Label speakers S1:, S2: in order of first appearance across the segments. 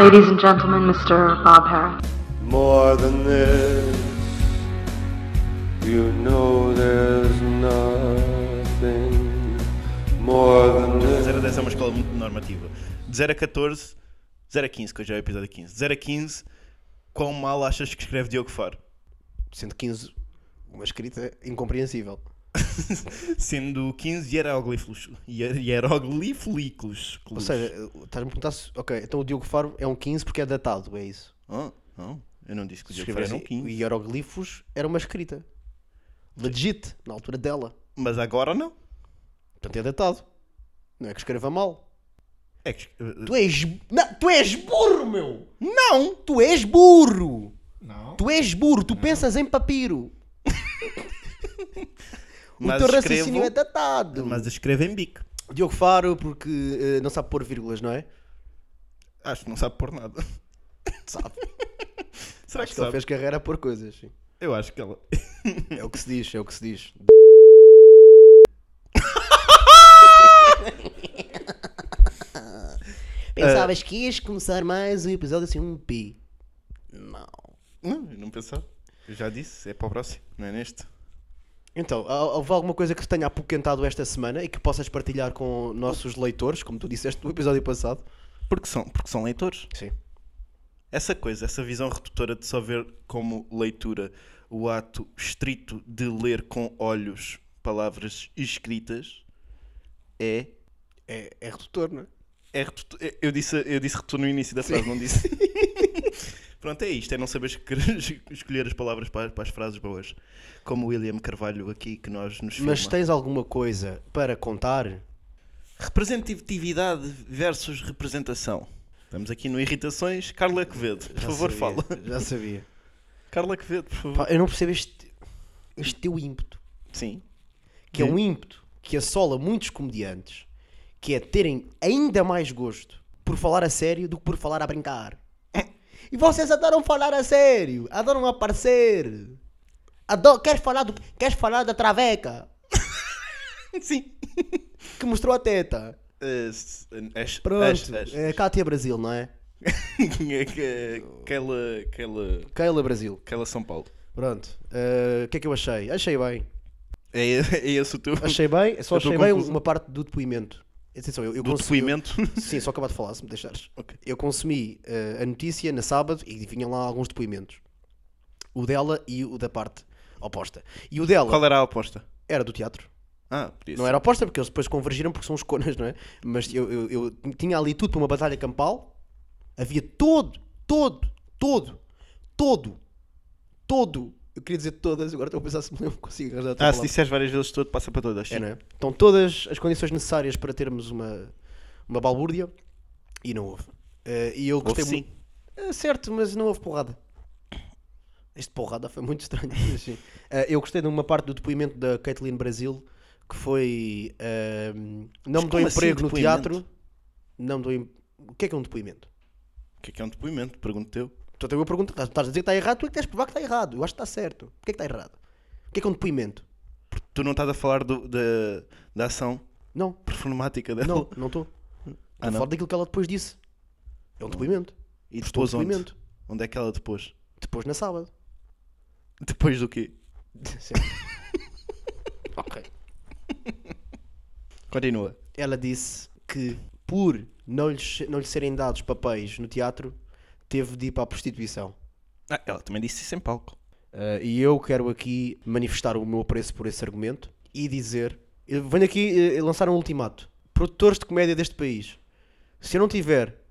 S1: Ladies and gentlemen, Mr. Bob Harris.
S2: More than this, you know there's nothing more than this.
S3: 0 a 10 é uma escola muito normativa. De 0 a 14, 0 a 15, que hoje é o episódio 15. De 0 a 15, quão mal achas que escreve Diogo Faro?
S4: sendo 15 uma escrita incompreensível.
S3: Sendo 15 hieróglifos. hier- Hieroglifílicos.
S4: Ou seja, estás-me a perguntar se. Ok, então o Diogo Faro é um 15 porque é datado, é isso?
S3: Ah, não, eu não disse que o
S4: Se
S3: Diogo Faro era um
S4: escrevesse
S3: 15.
S4: hieroglifos era uma escrita. Legit, na altura dela.
S3: Mas agora não.
S4: Portanto é datado. Não é que escreva mal.
S3: É que...
S4: Tu és. Não, tu és burro, meu! Não! Tu és burro!
S5: Não.
S4: Tu és burro, tu pensas em papiro. O
S3: Mas
S4: teu
S3: escrevo-
S4: raciocínio é datado.
S3: Mas escreve em bico.
S4: Diogo Faro, porque eh, não sabe pôr vírgulas, não é?
S3: Acho que não sabe por nada.
S4: Sabe.
S3: Será que
S4: Acho que ele
S3: sabe?
S4: fez carreira a pôr coisas. sim.
S3: Eu acho que ela...
S4: É o que se diz, é o que se diz. Pensavas que ias começar mais um episódio assim, um pi. Não.
S3: Não, eu não pensava. Eu já disse, é para o próximo, não é neste.
S4: Então, há- houve alguma coisa que te tenha apoquentado esta semana e que possas partilhar com nossos leitores, como tu disseste no episódio passado?
S3: Porque são, porque são leitores.
S4: Sim.
S3: Essa coisa, essa visão redutora de só ver como leitura o ato estrito de ler com olhos palavras escritas é.
S4: É, é redutor, não é?
S3: é reduto- eu disse, eu disse redutor no início da frase, não disse? Pronto, é isto, é não saber escre- escolher as palavras para, para as frases boas. Como o William Carvalho aqui, que nós nos filma.
S4: Mas tens alguma coisa para contar?
S3: Representatividade versus representação. Estamos aqui no Irritações. Carla Quevedo, por
S4: Já
S3: favor,
S4: sabia,
S3: fala.
S4: Já sabia.
S3: Carla Quevedo, por favor.
S4: Pá, eu não percebo este, este teu ímpeto.
S3: Sim.
S4: que é um ímpeto que assola muitos comediantes, que é terem ainda mais gosto por falar a sério do que por falar a brincar. E vocês adoram falar a sério, adoram aparecer. Ador queres, falar do queres falar da traveca
S3: Sim.
S4: que mostrou a teta?
S3: Eh, s- as-
S4: Pronto,
S3: as- as-
S4: é Cátia Brasil, não é?
S3: Que- que- aquela, aquela,
S4: Keila Brasil,
S3: aquela São Paulo.
S4: pronto. Eh, O que é que eu achei? Achei bem.
S3: É, é esse o teu
S4: Achei bem, só
S3: A tua
S4: achei bem
S3: conclusão?
S4: uma parte do depoimento. Atenção, eu, eu
S3: do
S4: consegui-
S3: depoimento?
S4: Sim, só acabar de falar, se me deixares.
S3: Ok.
S4: Eu consumi eh, a notícia na sábado e vinham lá alguns depoimentos. O dela e o da parte oposta. E o dela
S3: Qual era a aposta?
S4: era do teatro.
S3: Ah, por isso.
S4: Não era oposta, porque eles depois convergiram porque são os conas, não é? Mas eu, eu- eu tinha ali tudo para uma batalha campal. Havia todo, todo, todo, todo, todo. Eu queria dizer todas, agora estou a pensar se me lembro, consigo arranjar outra
S3: Ah, se
S4: palavra.
S3: disseres várias vezes todo, passa para todas.
S4: É, não é? Estão todas as condições necessárias para termos uma, uma balbúrdia e não houve. Eh, e eu gostei
S3: sim.
S4: muito. Eh, certo, mas não houve porrada. Este porrada foi muito estranho. mas sim. Eh, eu gostei de uma parte do depoimento da Caitlin Brasil que foi eh, não me dou
S3: como assim,
S4: emprego no
S3: depoimento?
S4: teatro. Não me dou em... O que é que é um depoimento?
S3: O que é que é um depoimento? Pergunto teu.
S4: Então eu pergunto, estás- estás a dizer que está errado, tu é que tens de provar que está errado. Eu acho que está certo. O que é que está errado? O que é que é um depoimento?
S3: Tu não estás a falar do- da, da ação
S4: Não,
S3: performática dela?
S4: Não, não estou.
S3: Ah,
S4: Estou a
S3: não?
S4: falar daquilo que ela depois disse. É um depoimento.
S3: E
S4: Estou
S3: depois onde?
S4: depoimento.
S3: Onde é que ela depois?
S4: Depois na sábado.
S3: Depois do quê?
S4: Sim. ok.
S3: Continua.
S4: Ela disse que por não lhe, che- não lhe serem dados papéis no teatro, teve de ir para a prostituição.
S3: Ah, ela também disse isso em palco.
S4: Ah, e eu quero aqui manifestar o meu apreço por esse argumento e dizer: eu venho aqui eh, lançar um ultimato. Produtores de comédia deste país, se eu não tiver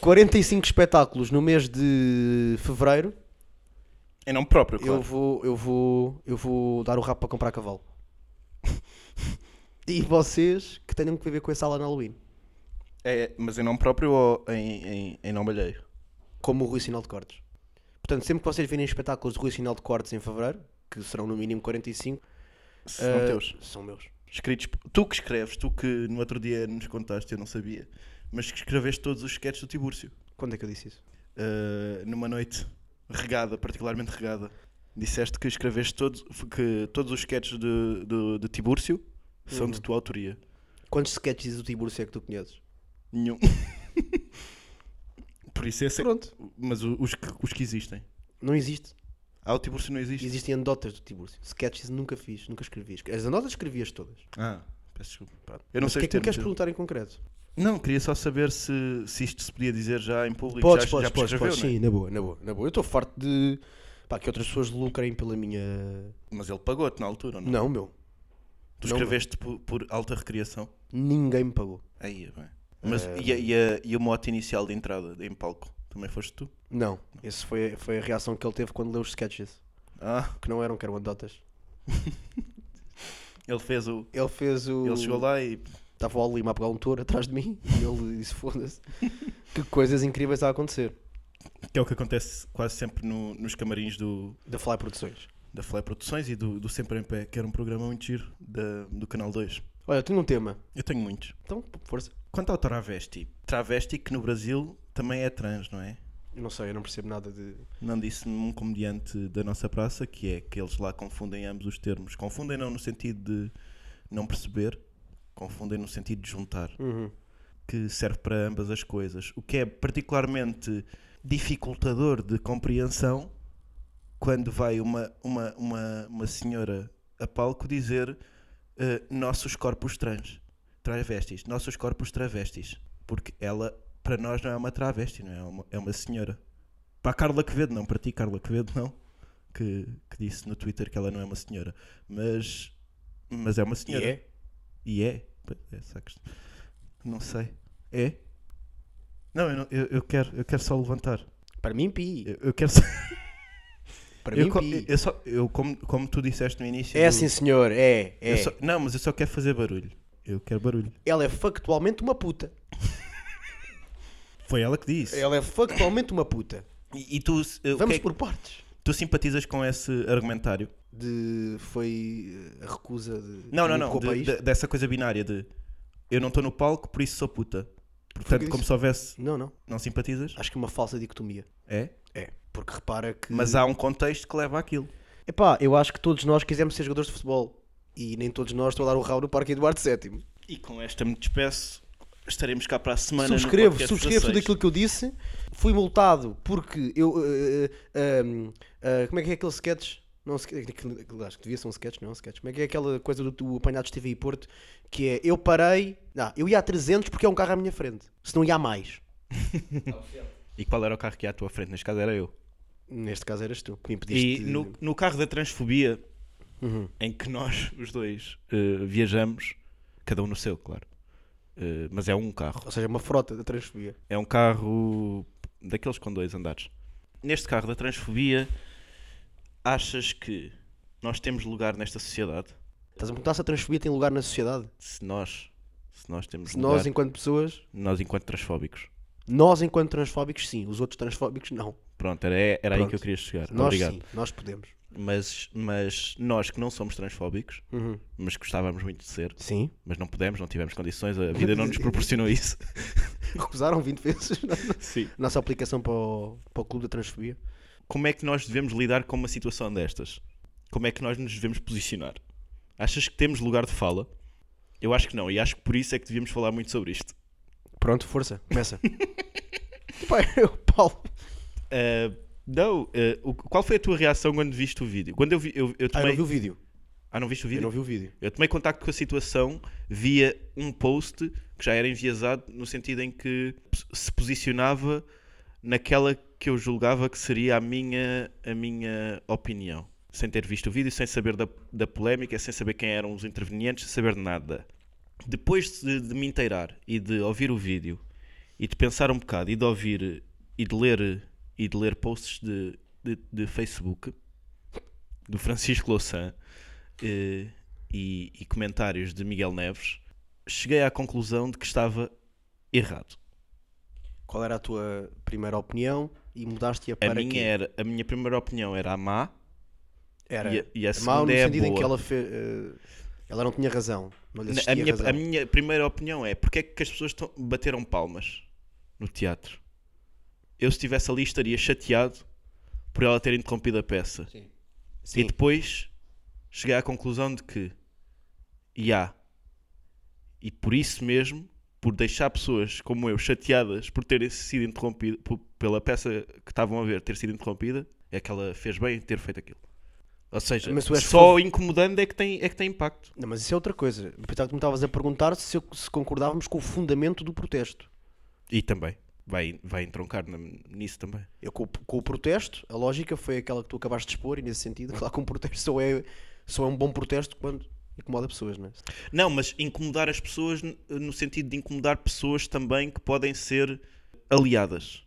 S4: 45 espetáculos no mês de fevereiro,
S3: Em nome próprio, claro.
S4: Eu vou, eu vou, eu vou dar o rabo para comprar cavalo. e vocês que tenham que viver com essa ala no Halloween,
S3: É, mas em nome próprio ou em, em, em nome alheio?
S4: como o Rui Sinal de Cortes. Portanto, sempre que vocês virem espetáculos de Rui Sinal de Cortes em fevereiro, que serão no mínimo 45,
S3: São
S4: eh,
S3: teus.
S4: São meus.
S3: Escritos. p- tipo, Tu que escreves, tu que no outro dia nos contaste, eu não sabia, mas que escreveste todos os sketches do Tibúrcio.
S4: Quando é que eu disse isso?
S3: Uh, numa noite regada, particularmente regada, disseste que escreveste todos, que todos os sketches de, de, de Tibúrcio são
S4: Uhum.
S3: de tua autoria.
S4: Quantos sketches do Tiburcio é que tu conheces?
S3: Nenhum. Por isso esse é-
S4: Pronto.
S3: Mas o- os que, os que existem.
S4: Não existe.
S3: Ah, o Tiburcio não existe.
S4: Existem anedotas do Tiburcio. Sketches nunca fiz, nunca escrevi. As anedotas escrevias todas.
S3: Ah, peço desculpa. Pronto. Eu não
S4: Mas
S3: sei
S4: o que é que me queres
S3: termos-
S4: perguntar em concreto?
S3: Não, queria só saber se, se isto se podia dizer já em público.
S4: Podes,
S3: já,
S4: podes,
S3: já
S4: podes,
S3: prescreveu,
S4: podes.
S3: não é?
S4: Sim, na boa, na boa, na boa. Eu estou farto de. Pá, que outras pessoas lucrem pela minha.
S3: Mas ele pagou-te na altura, ou não?
S4: Não, meu.
S3: Tu
S4: não.
S3: escreveste por, por alta recriação.
S4: Ninguém me pagou.
S3: Aí, bem. Mas e, a, e, a, e o mote inicial de entrada em palco? Também foste tu?
S4: Não. Essa foi, foi a reação que ele teve quando leu os sketches.
S3: Ah,
S4: Que não eram, que eram anedotas.
S3: ele fez o.
S4: Ele fez o.
S3: Ele chegou lá e.
S4: Estava o Lima a pegar um touro atrás de mim e ele disse: foda-se. que coisas incríveis a acontecer.
S3: Que é o que acontece quase sempre no- nos camarins do,
S4: Da Fly Produções.
S3: da Fly Produções e do, do Sempre em Pé, que era um programa muito giro da- do Canal 2.
S4: Olha, eu tenho um tema.
S3: Eu tenho muitos.
S4: Então, força.
S3: Quanto ao travesti, travesti que no Brasil também é trans, não é?
S4: Eu não sei, eu não percebo nada de.
S3: Não disse-me um comediante da nossa praça que é que eles lá confundem ambos os termos. Confundem não no sentido de não perceber, confundem no sentido de juntar,
S4: Uhum.
S3: que serve para ambas as coisas. O que é particularmente dificultador de compreensão quando vai uma, uma, uma, uma senhora a palco dizer eh, nossos corpos trans, travestis, nossos corpos travestis. Porque ela, para nós, não é uma travesti, não é? É uma, é uma senhora. Para a Carla Quevedo, não. Para ti, Carla Quevedo, não. Que, que disse no Twitter que ela não é uma senhora. Mas, mas é uma
S4: E
S3: senhora.
S4: é?
S3: E é? Pois é, essa a questão. Não sei. É? Não, eu, não- eu, eu quero, eu quero só levantar.
S4: Para mim, pi.
S3: Eu, eu quero só.
S4: Para
S3: Eu,
S4: mim,
S3: co-
S4: pi.
S3: eu só eu como, como tu disseste no início.
S4: É
S3: do-
S4: assim, senhor. É,
S3: eu
S4: é.
S3: só- não, mas eu só quero fazer barulho. Eu quero barulho.
S4: Ela é factualmente uma puta.
S3: Foi ela que disse.
S4: Ela é factualmente uma puta.
S3: E, e tu, eh, o
S4: Vamos
S3: que é que-
S4: por partes.
S3: tu simpatizas com esse argumentário?
S4: De. Foi eh, a recusa de.
S3: Não, não,
S4: de
S3: não.
S4: Copa
S3: de-
S4: isto?
S3: de- dessa coisa binária de eu não estou no palco, por isso sou puta.
S4: que
S3: Portanto, como
S4: disse?
S3: se houvesse.
S4: Não, não.
S3: Não simpatizas?
S4: Acho que é uma falsa dicotomia.
S3: É.
S4: É. Porque repara que.
S3: Mas há um contexto que leva àquilo.
S4: Epá, eu acho que todos nós quisemos ser jogadores de futebol. E nem todos nós estão a dar o rabo no Parque Eduardo VII.
S3: E com esta me despeço. Estaremos cá para a semana. no
S4: subscrevo,
S3: podcast
S4: subscrevo tudo
S3: 16.
S4: aquilo que eu disse. Fui multado porque eu. eh, eh, um, eh, como é que é aquele sketch? Não, ske- aquilo- aquilo- acho que devia ser um sketch, não é um sketch. Como é que é aquela coisa do, do apanhados TV e Porto? Que é eu parei. Não, eu ia a 300 porque é um carro à minha frente. Se não ia a mais.
S3: E qual era o carro que ia à tua frente? Neste caso era eu.
S4: Neste caso eras tu que me
S3: E
S4: impediste.
S3: no, no carro da transfobia,
S4: Uhum.
S3: em que nós, os dois, eh, viajamos, cada um no seu, claro. Eh, mas é um carro.
S4: Ou seja, uma frota da transfobia.
S3: É um carro daqueles com dois andares. Neste carro da transfobia, achas que nós temos lugar nesta sociedade?
S4: Estás a perguntar se a transfobia tem lugar na sociedade?
S3: Se nós, se nós temos
S4: Se
S3: lugar,
S4: nós, enquanto pessoas,
S3: nós enquanto transfóbicos.
S4: Nós, enquanto transfóbicos, sim. Os outros transfóbicos, não.
S3: Pronto, era, era aí
S4: Pronto.
S3: que eu queria chegar.
S4: Nós,
S3: Obrigado.
S4: sim. Nós podemos.
S3: Mas, mas nós que não somos transfóbicos,
S4: Uhum.
S3: mas gostávamos muito de ser,
S4: Sim.
S3: mas não pudemos, não tivemos condições, a vida não nos proporcionou isso.
S4: Recusaram 20 vezes a
S3: Sim.
S4: nossa aplicação para o, para o Clube da Transfobia.
S3: Como é que nós devemos lidar com uma situação destas? Como é que nós nos devemos posicionar? Achas que temos lugar de fala? Eu acho que não, e acho que por isso é que devíamos falar muito sobre isto.
S4: Pronto, força. Começa. Pá, eu, Paulo.
S3: Ah, não, ah, o- qual foi a tua reação quando viste o vídeo? Quando eu vi, eu, eu
S4: Ah, eu
S3: tomei...
S4: não vi o vídeo.
S3: Ah, não viste o
S4: Eu
S3: vídeo?
S4: não vi o vídeo.
S3: Eu tomei contacto com a situação via um post que já era enviesado no sentido em que se posicionava naquela que eu julgava que seria a minha, a minha opinião. Sem ter visto o vídeo, sem saber da, da polémica, sem saber quem eram os intervenientes, sem saber nada. Depois de, de me inteirar e de ouvir o vídeo e de pensar um bocado e de ouvir e de ler e de ler posts de, de, de Facebook do Francisco Louçã eh, e, e comentários de Miguel Neves, cheguei à conclusão de que estava errado.
S4: Qual era a tua primeira opinião e mudaste-a
S3: A,
S4: para
S3: minha, é-
S4: quê?
S3: era, a minha primeira opinião era a má
S4: Era
S3: e a- e a
S4: mau
S3: segunda
S4: no
S3: é a
S4: sentido em
S3: boa.
S4: que ela fez... ela não tinha razão. Não lhe
S3: Na-
S4: assistia
S3: a, minha,
S4: razão.
S3: a minha primeira opinião é porque é que as pessoas tão- bateram palmas no teatro? Eu, se estivesse ali, estaria chateado por ela ter interrompido a peça.
S4: Sim.
S3: E depois cheguei à conclusão de que, e há, e por isso mesmo, por deixar pessoas como eu chateadas por terem sido interrompidas, por, pela peça que estavam a ver ter sido interrompida, é que ela fez bem em ter feito aquilo. Ou seja,
S4: Mas tu és
S3: só incomodando é que tem, é que tem impacto.
S4: Não, mas isso é outra coisa. Pensava que me estavas a perguntar se, eu- se concordávamos com o fundamento do protesto.
S3: E também vai, vai entroncar na- nisso também.
S4: Eu com, o- com o protesto, a lógica foi aquela que tu acabaste de expor e nesse sentido, claro que um protesto só é, só é um bom protesto quando incomoda pessoas, não é?
S3: Não, mas incomodar as pessoas n- no sentido de incomodar pessoas também que podem ser aliadas.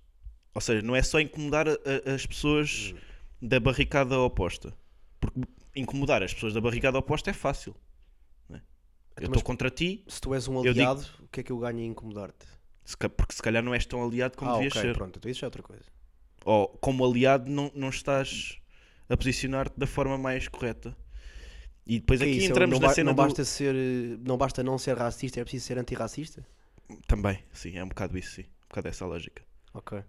S3: Ou seja, não é só incomodar a- a- as pessoas da barricada oposta. Porque incomodar as pessoas da barricada oposta é fácil. não é? Eu
S4: Então, mas-
S3: estou contra ti,
S4: Se tu és um
S3: digo-
S4: aliado, o que é que eu ganho em incomodar-te?
S3: se ca- porque se calhar não és tão aliado como
S4: ah,
S3: devias
S4: ok,
S3: ser.
S4: pronto, então isso já é outra coisa.
S3: Ou como aliado não, não estás a posicionar-te da forma mais correta. E depois
S4: Que é
S3: aqui
S4: isso, é-
S3: entramos
S4: não
S3: na
S4: ba-
S3: cena
S4: não
S3: do...
S4: basta ser, eh, não basta não ser racista, é preciso ser antirracista?
S3: Também, sim, é um bocado isso, sim. Um bocado essa lógica.
S4: Ok.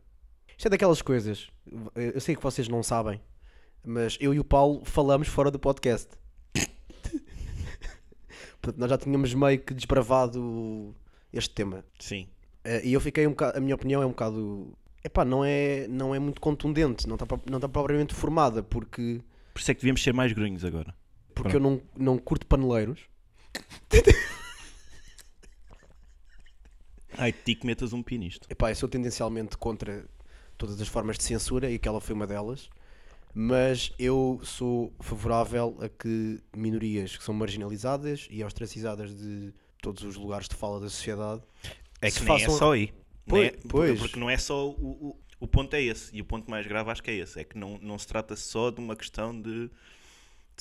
S4: Isto é daquelas coisas, eu eu sei que vocês não sabem, mas eu e o Paulo falamos fora do podcast. Portanto, nós já tínhamos meio que desbravado este tema.
S3: Sim.
S4: Eh, E eu fiquei um bocado, a minha opinião é um bocado, epá, não é, não é muito contundente, não está pro- não está propriamente formada, porque,
S3: Por isso é que devíamos ser mais grunhos agora.
S4: porque eu não, não curto paneleiros.
S3: Ai, ti que metas um pianista.
S4: Epá, eu sou tendencialmente contra todas as formas de censura e aquela foi uma delas, mas eu sou favorável a que minorias que são marginalizadas e ostracizadas de todos os lugares de fala da sociedade
S3: É
S4: se
S3: que nem é
S4: façam-
S3: só aí.
S4: Pois-
S3: Não é- porque-
S4: pois.
S3: Porque não é só o, o, o ponto é esse. E o ponto mais grave acho que é esse. É que não, não se trata só de uma questão de, de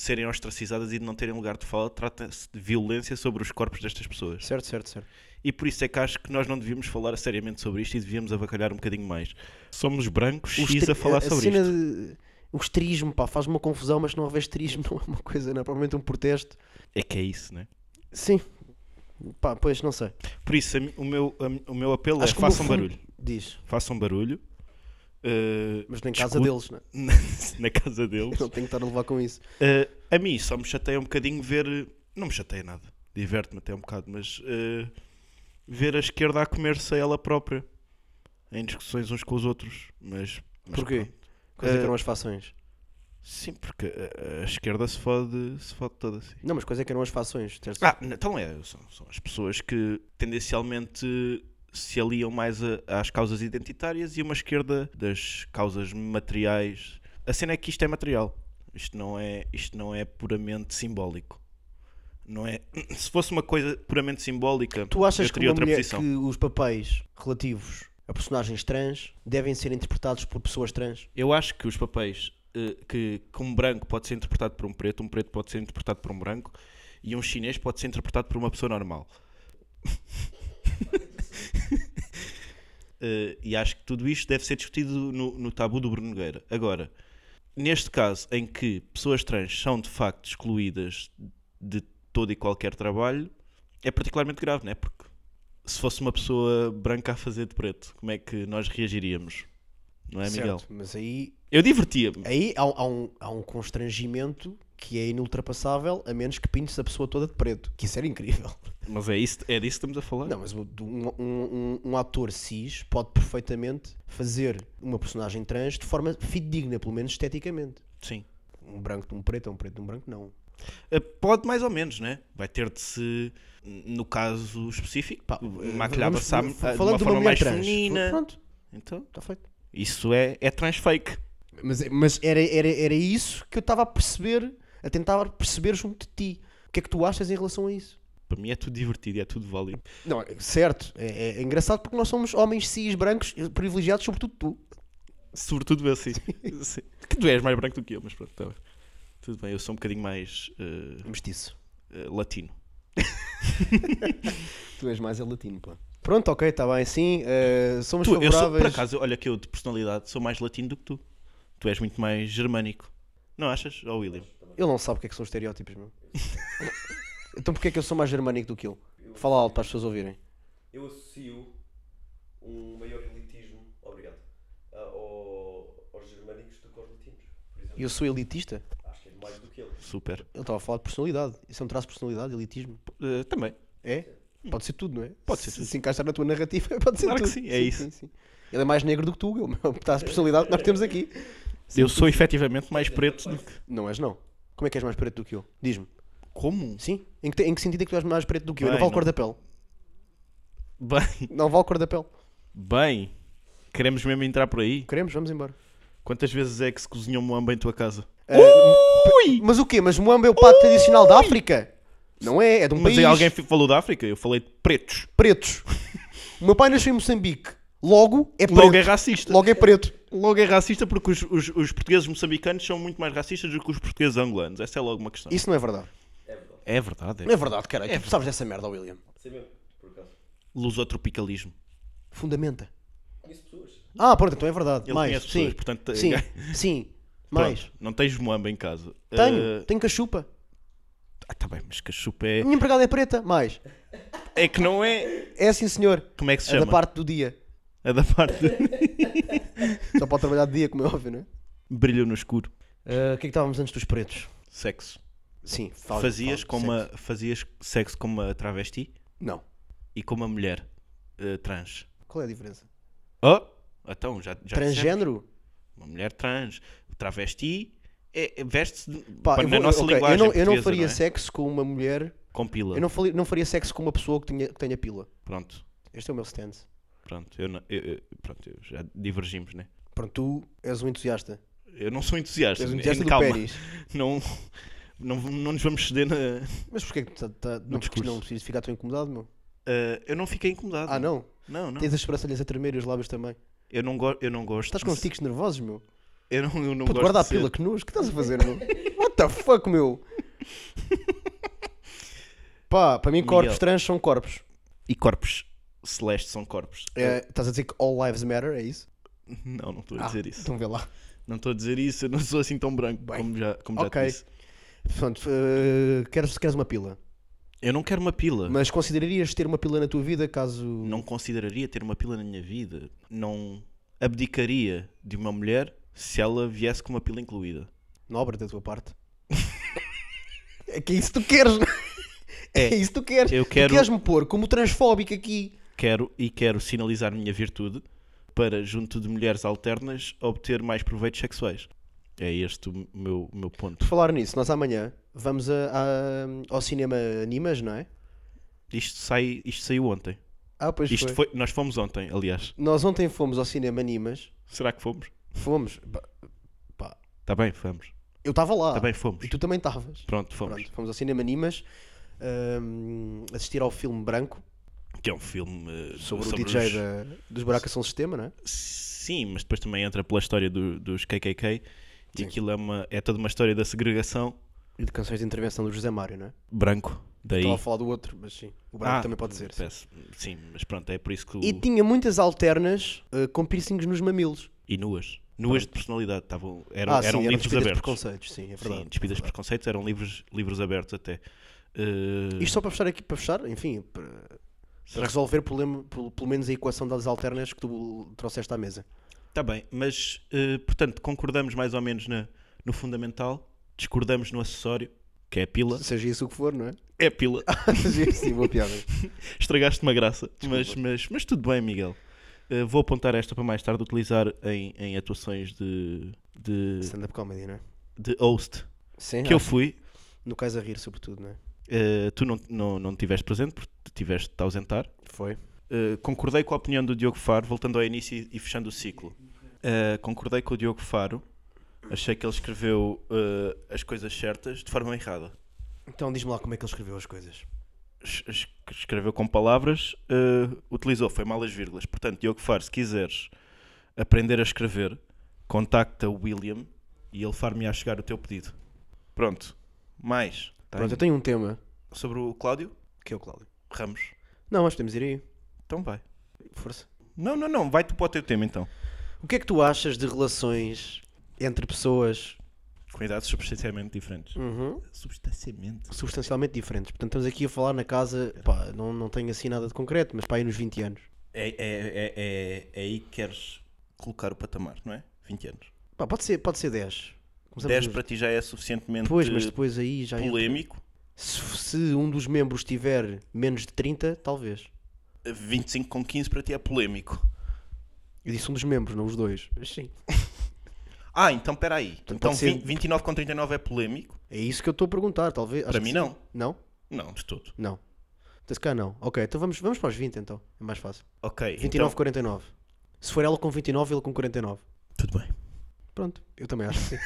S3: serem ostracizadas e de não terem lugar de fala. Trata-se de violência sobre os corpos destas pessoas.
S4: Certo, certo, certo.
S3: E por isso é que acho que nós não devíamos falar seriamente sobre isto e devíamos avacalhar um bocadinho mais. Somos brancos
S4: O
S3: X
S4: estri-
S3: a falar sobre
S4: cena
S3: isto.
S4: de- o esterismo, pá, faz uma confusão, mas se não houver esterismo não é uma coisa, não é provavelmente um protesto.
S3: É que é isso, né?
S4: Sim, pá, pois, não sei.
S3: Por isso a mi- o meu, a- o meu apelo é
S4: Acho que o meu
S3: façam
S4: fundo-
S3: barulho.
S4: Diz,
S3: Façam barulho. Uh,
S4: mas nem em casa
S3: discu-
S4: deles, né?
S3: na, na casa deles.
S4: não tenho que estar a levar com isso.
S3: Eh, a mim só me chateia um bocadinho ver. Não me chateia nada, diverte-me até um bocado, mas eh, ver a esquerda a comer-se a ela própria em discussões uns com os outros. Mas, mas
S4: Porquê?
S3: pronto.
S4: Coisa que
S3: Eh,
S4: eram as fações.
S3: Sim, porque a, a esquerda se fode, se fode toda assim.
S4: Não, mas coisa que eram as fações. ter-
S3: Ah, n- então é, são, são as pessoas que tendencialmente se aliam mais a- às causas identitárias e uma esquerda das causas materiais. A cena é que isto é material. Isto não é, isto não é puramente simbólico. Não é, se fosse uma coisa puramente simbólica,
S4: Tu
S3: eu
S4: achas que,
S3: teria
S4: uma
S3: outra
S4: mulher-
S3: posição.
S4: que os papéis relativos a personagens trans devem ser interpretados por pessoas trans?
S3: Eu acho que os papéis eh, que, que um branco pode ser interpretado por um preto, um preto pode ser interpretado por um branco e um chinês pode ser interpretado por uma pessoa normal. Eh, e acho que tudo isto deve ser discutido no, no tabu do Bruno Nogueira. Agora, neste caso em que pessoas trans são de facto excluídas de todo e qualquer trabalho, é particularmente grave, não é? Porque se fosse uma pessoa branca a fazer de preto, como é que nós reagiríamos? Não é, Miguel?
S4: Certo, mas aí,
S3: Eu divertia-me.
S4: aí há, um- há um, há um constrangimento que é inultrapassável a menos que pintes a pessoa toda de preto. Que isso era incrível.
S3: Mas é, isso, é disso que estamos a falar?
S4: Não, mas o- do- um, um, um, um ator cis pode perfeitamente fazer uma personagem trans de forma fidedigna, pelo menos esteticamente.
S3: Sim.
S4: Um branco de um preto, um preto de um branco, não.
S3: Eh, Pode mais ou menos, né? Vai ter de se, no caso específico,
S4: Pá, vamos-
S3: maquilhava-se à- eh, de uma
S4: falando de uma
S3: forma
S4: mulher
S3: mais
S4: trans.
S3: feminina.
S4: Pronto,
S3: Então,
S4: está feito.
S3: isso é, é transfake.
S4: Mas, é, mas era, era, era isso que eu estava a perceber, a tentar perceber junto de ti. O que é que tu achas em relação a isso?
S3: Para mim é tudo divertido e é tudo válido.
S4: Não, é- certo, é, é- é engraçado porque nós somos homens cis brancos eh, privilegiados, sobretudo tu.
S3: Sobretudo eu, sim. Sim. Que tu és mais branco do que eu, mas pronto, tá bem. Tudo bem, eu sou um bocadinho mais eh,
S4: Mestiço.
S3: eh, latino.
S4: Tu és mais é latino, pá. Pronto, ok, está bem, sim. eh, somos
S3: Tu, eu
S4: favoráveis.
S3: sou, por acaso, olha que eu de personalidade sou mais latino do que tu. Tu és muito mais germânico. Não achas? Ó William.
S4: Ele não sabe o que é que são os estereótipos, meu. então porquê é que eu sou mais germânico do que ele? Fala alto para as pessoas ouvirem.
S5: eu associo um maior elitismo, obrigado, a- ao- aos germânicos do que aos latinos, por exemplo.
S4: E eu sou elitista?
S5: Acho que é mais do que eles.
S3: Super.
S4: Ele estava a falar de personalidade. Isso é um traço de personalidade, elitismo.
S3: Eh, também.
S4: É? Pode ser tudo, não é?
S3: Pode ser
S4: se,
S3: tudo.
S4: Se encaixar na tua narrativa, pode ser
S3: Claro que
S4: tudo.
S3: sim, é isso.
S4: sim. Ele é mais negro do que tu, Gil. Está a personalidade que nós temos aqui.
S3: Eu sou efetivamente mais preto do que.
S4: Não és, não. Como é que és mais preto do que eu? Diz-me.
S3: Como?
S4: Sim? Em que, em que sentido é que tu és mais preto do que eu? Eu não
S3: Bem,
S4: vale cor da pele.
S3: Bem,
S4: Não vale cor da pele.
S3: bem. Queremos mesmo entrar por aí?
S4: Queremos, vamos embora.
S3: Quantas vezes é que se cozinhou moamba em tua casa?
S4: Ui! Mas o quê? Mas Moamba é o pato tradicional da África? Não é? É de um
S3: Mas aí
S4: país.
S3: alguém fi- falou da África? Eu falei de pretos.
S4: Pretos. o meu pai nasceu em Moçambique. Logo é preto.
S3: Logo é racista.
S4: Logo é preto.
S3: Logo é racista porque os, os- os portugueses moçambicanos são muito mais racistas do que os portugueses angolanos. Essa é logo uma questão.
S4: Isso não é verdade.
S3: É verdade.
S4: Não é verdade, caralho. tu sabes dessa merda, William.
S5: Sei mesmo, por acaso.
S3: Lusotropicalismo.
S4: Fundamenta.
S5: Conheço pessoas.
S4: Ah, pronto, então é verdade.
S3: Ele
S4: Mais.
S3: conhece
S4: sim.
S3: pessoas, portanto,
S4: sim.
S3: eh,
S4: sim.
S3: Pronto,
S4: Mais.
S3: Não tens moamba em casa.
S4: Tenho.
S3: Eh,
S4: Tenho cachupa.
S3: Ah, tá bem, mas cachupa é...
S4: A minha empregada é preta. Mais.
S3: É que não é...
S4: É sim, senhor.
S3: Como é que se
S4: É
S3: chama?
S4: da parte do dia.
S3: É da parte...
S4: Só pode trabalhar de dia, como é óbvio, não é?
S3: Brilho no escuro.
S4: Ah, O que é que estávamos antes dos pretos?
S3: Sexo.
S4: Sim. fala-
S3: fazias,
S4: fala-
S3: com uma-
S4: sexo.
S3: fazias sexo com uma travesti
S4: Não.
S3: e com uma mulher eh, trans.
S4: Qual é a diferença?
S3: Oh! Então, já, já dissemos.
S4: Transgénero?
S3: Uma mulher trans. Travesti é, é- veste-se de-
S4: Pá,
S3: para-
S4: eu
S3: na
S4: vou-
S3: nossa
S4: ok, eu
S3: linguagem
S4: não- Eu não,
S3: portuguesa,
S4: faria
S3: não é?
S4: sexo com uma mulher.
S3: Com pila.
S4: Eu não, fali- não faria sexo com uma pessoa que tenha, que tenha pila.
S3: Pronto.
S4: Este é o meu stance.
S3: Pronto, eu, não- eu- eu- pronto, eu- já divergimos, né?
S4: Pronto, tu és um entusiasta.
S3: Eu não sou entusiasta.
S4: És um
S3: né?
S4: entusiasta do
S3: Calma.
S4: pênis.
S3: Não, não, não nos vamos ceder na.
S4: Mas porquê que tá, tá, não,
S3: discurso.
S4: não precisas ficar tão incomodado, meu?
S3: Ah, eu não fiquei incomodado.
S4: Ah, não?
S3: Não, não.
S4: Tens as sobrancelhas a tremer e os lábios também.
S3: Eu não, go eu não gosto.
S4: Estás com
S3: de-
S4: tiques nervosos, meu?
S3: Eu não, eu não
S4: Puto,
S3: gosto.
S4: guarda a
S3: de ser-
S4: pila, que nojo. O que estás a fazer, meu? What the fuck, meu? Pá, para mim corpos
S3: Miguel.
S4: trans são corpos.
S3: E corpos celestes são corpos.
S4: É, estás a dizer que all lives matter, é isso?
S3: Não, não estou a dizer isso.
S4: Então vê lá.
S3: Não estou a dizer isso. Eu não sou assim tão branco como já, como já te
S4: ok.
S3: disse.
S4: Portanto, eh, queres, queres uma pila?
S3: Eu não quero uma pila.
S4: Mas considerarias ter uma pila na tua vida caso.
S3: Tá. Não consideraria ter uma pila na minha vida. Não abdicaria de uma mulher se ela viesse com uma pila incluída.
S4: Nobre da tua parte. é que é isso que tu queres, não é? É isso que tu queres.
S3: Eu quero-
S4: Tu queres-me pôr como transfóbico aqui.
S3: Quero e quero sinalizar minha virtude para, junto de mulheres alternas, obter mais proveitos sexuais. É este o meu, o meu
S4: Por
S3: ponto.
S4: falar nisso, nós amanhã vamos a- a- ao cinema Animas, não é?
S3: Isto, sai, isto saiu ontem.
S4: Ah, pois
S3: Isto
S4: foi.
S3: foi, nós fomos ontem, aliás.
S4: Nós ontem fomos ao cinema Animas.
S3: Será que fomos?
S4: Fomos. Pá, pá,
S3: Está bem, fomos.
S4: Eu estava lá.
S3: Também fomos.
S4: E tu também estavas.
S3: Pronto, fomos.
S4: Ah, então Pronto, fomos ao cinema Animas hum, assistir ao filme branco
S3: Que é um filme eh,
S4: sobre, o DJ
S3: os-
S4: da- dos Buracos São Sistema, não é?
S3: Sim, mas depois também entra pela história do- dos KKK e aquilo é, uma, é toda uma história da segregação
S4: E de canções de intervenção do José Mário, não é?
S3: branco. Daí.
S4: Estava a falar do outro, mas sim. O branco
S3: Ah,
S4: também pode ser. sim.
S3: peço. Sim, mas pronto, é por isso que. o-
S4: E tinha muitas alternas eh, com piercings nos mamilos.
S3: E nuas. Nuas de personalidade. Estavam, eram
S4: ah, sim,
S3: eram
S4: eram
S3: livros
S4: despidas de
S3: abertos.
S4: preconceitos, sim, é verdade.
S3: Sim, despidas de preconceitos, eram livros, livros abertos até. Eh,
S4: Isto só para fechar aqui, para fechar, enfim, para para resolver problema, pelo, pelo menos a equação das alternas que tu trouxeste à mesa.
S3: Está tá bem, mas eh, portanto concordamos mais ou menos na- no fundamental, discordamos no acessório, que é a pila.
S4: Seja isso o que for, não é?
S3: É a pila.
S4: Sim, sim, boa piada.
S3: Estragaste uma graça. Mas, mas, mas tudo bem, Miguel. Eh, vou apontar esta para mais tarde utilizar em, em atuações de, de,
S4: Stand-up comedy, não é?
S3: de host
S4: Sim,
S3: que eu
S4: acho-
S3: fui.
S4: no caso a rir, sobretudo, não é?
S3: Eh, tu não, não, não tiveste presente porque tiveste de te ausentar.
S4: Foi.
S3: Uh, concordei com a opinião do Diogo Faro, voltando ao início e, e fechando o ciclo. Uh, concordei com o Diogo Faro, achei que ele escreveu uh, as coisas certas de forma errada.
S4: Então diz-me lá como é que ele escreveu as coisas.
S3: Es- es- Escreveu com palavras, uh, utilizou, foi mal as vírgulas. Portanto, Diogo Faro, se quiseres aprender a escrever, contacta o William e ele far-me-á chegar o teu pedido. Pronto, mais. então,
S4: Pronto, eu tenho um tema,
S3: Sobre o Cláudio
S4: que é o Cláudio.
S3: Ramos.
S4: Não, mas podemos ir aí.
S3: Então vai.
S4: Força.
S3: Não, não, não, vai tu para o teu tema então.
S4: O que é que tu achas de relações entre pessoas
S3: Com idades substancialmente diferentes. Substancialmente.
S4: substancialmente diferentes? Portanto, estamos aqui a falar na casa, pá, não, não tenho assim nada de concreto, mas pá, aí nos 20 anos.
S3: É, é, é, é, é aí que queres colocar o patamar, não é? 20 anos.
S4: Pá, pode ser, pode ser 10. Começamos
S3: 10
S4: nos-
S3: para ti já é suficientemente
S4: Depois, mas depois aí já entra-
S3: polémico
S4: Se, se um dos membros tiver menos de 30, talvez.
S3: 25 com 15 para ti é polémico.
S4: Eu disse um dos membros, não os dois. Mas sim.
S3: Ah, então espera aí. Então
S4: pode ser-
S3: 20 29 com 39 é polémico?
S4: É isso que eu estou a perguntar, talvez. Acho
S3: Para
S4: que
S3: mim
S4: sim.
S3: não.
S4: Não?
S3: Não, de todo.
S4: Não. Então se cá não. Ok, então vamos, vamos para os 20 então. É mais fácil.
S3: Ok, então-
S4: 29, 49. Se for ela com 29, ele com 49.
S3: então, tudo bem.
S4: Pronto, eu também acho que sim.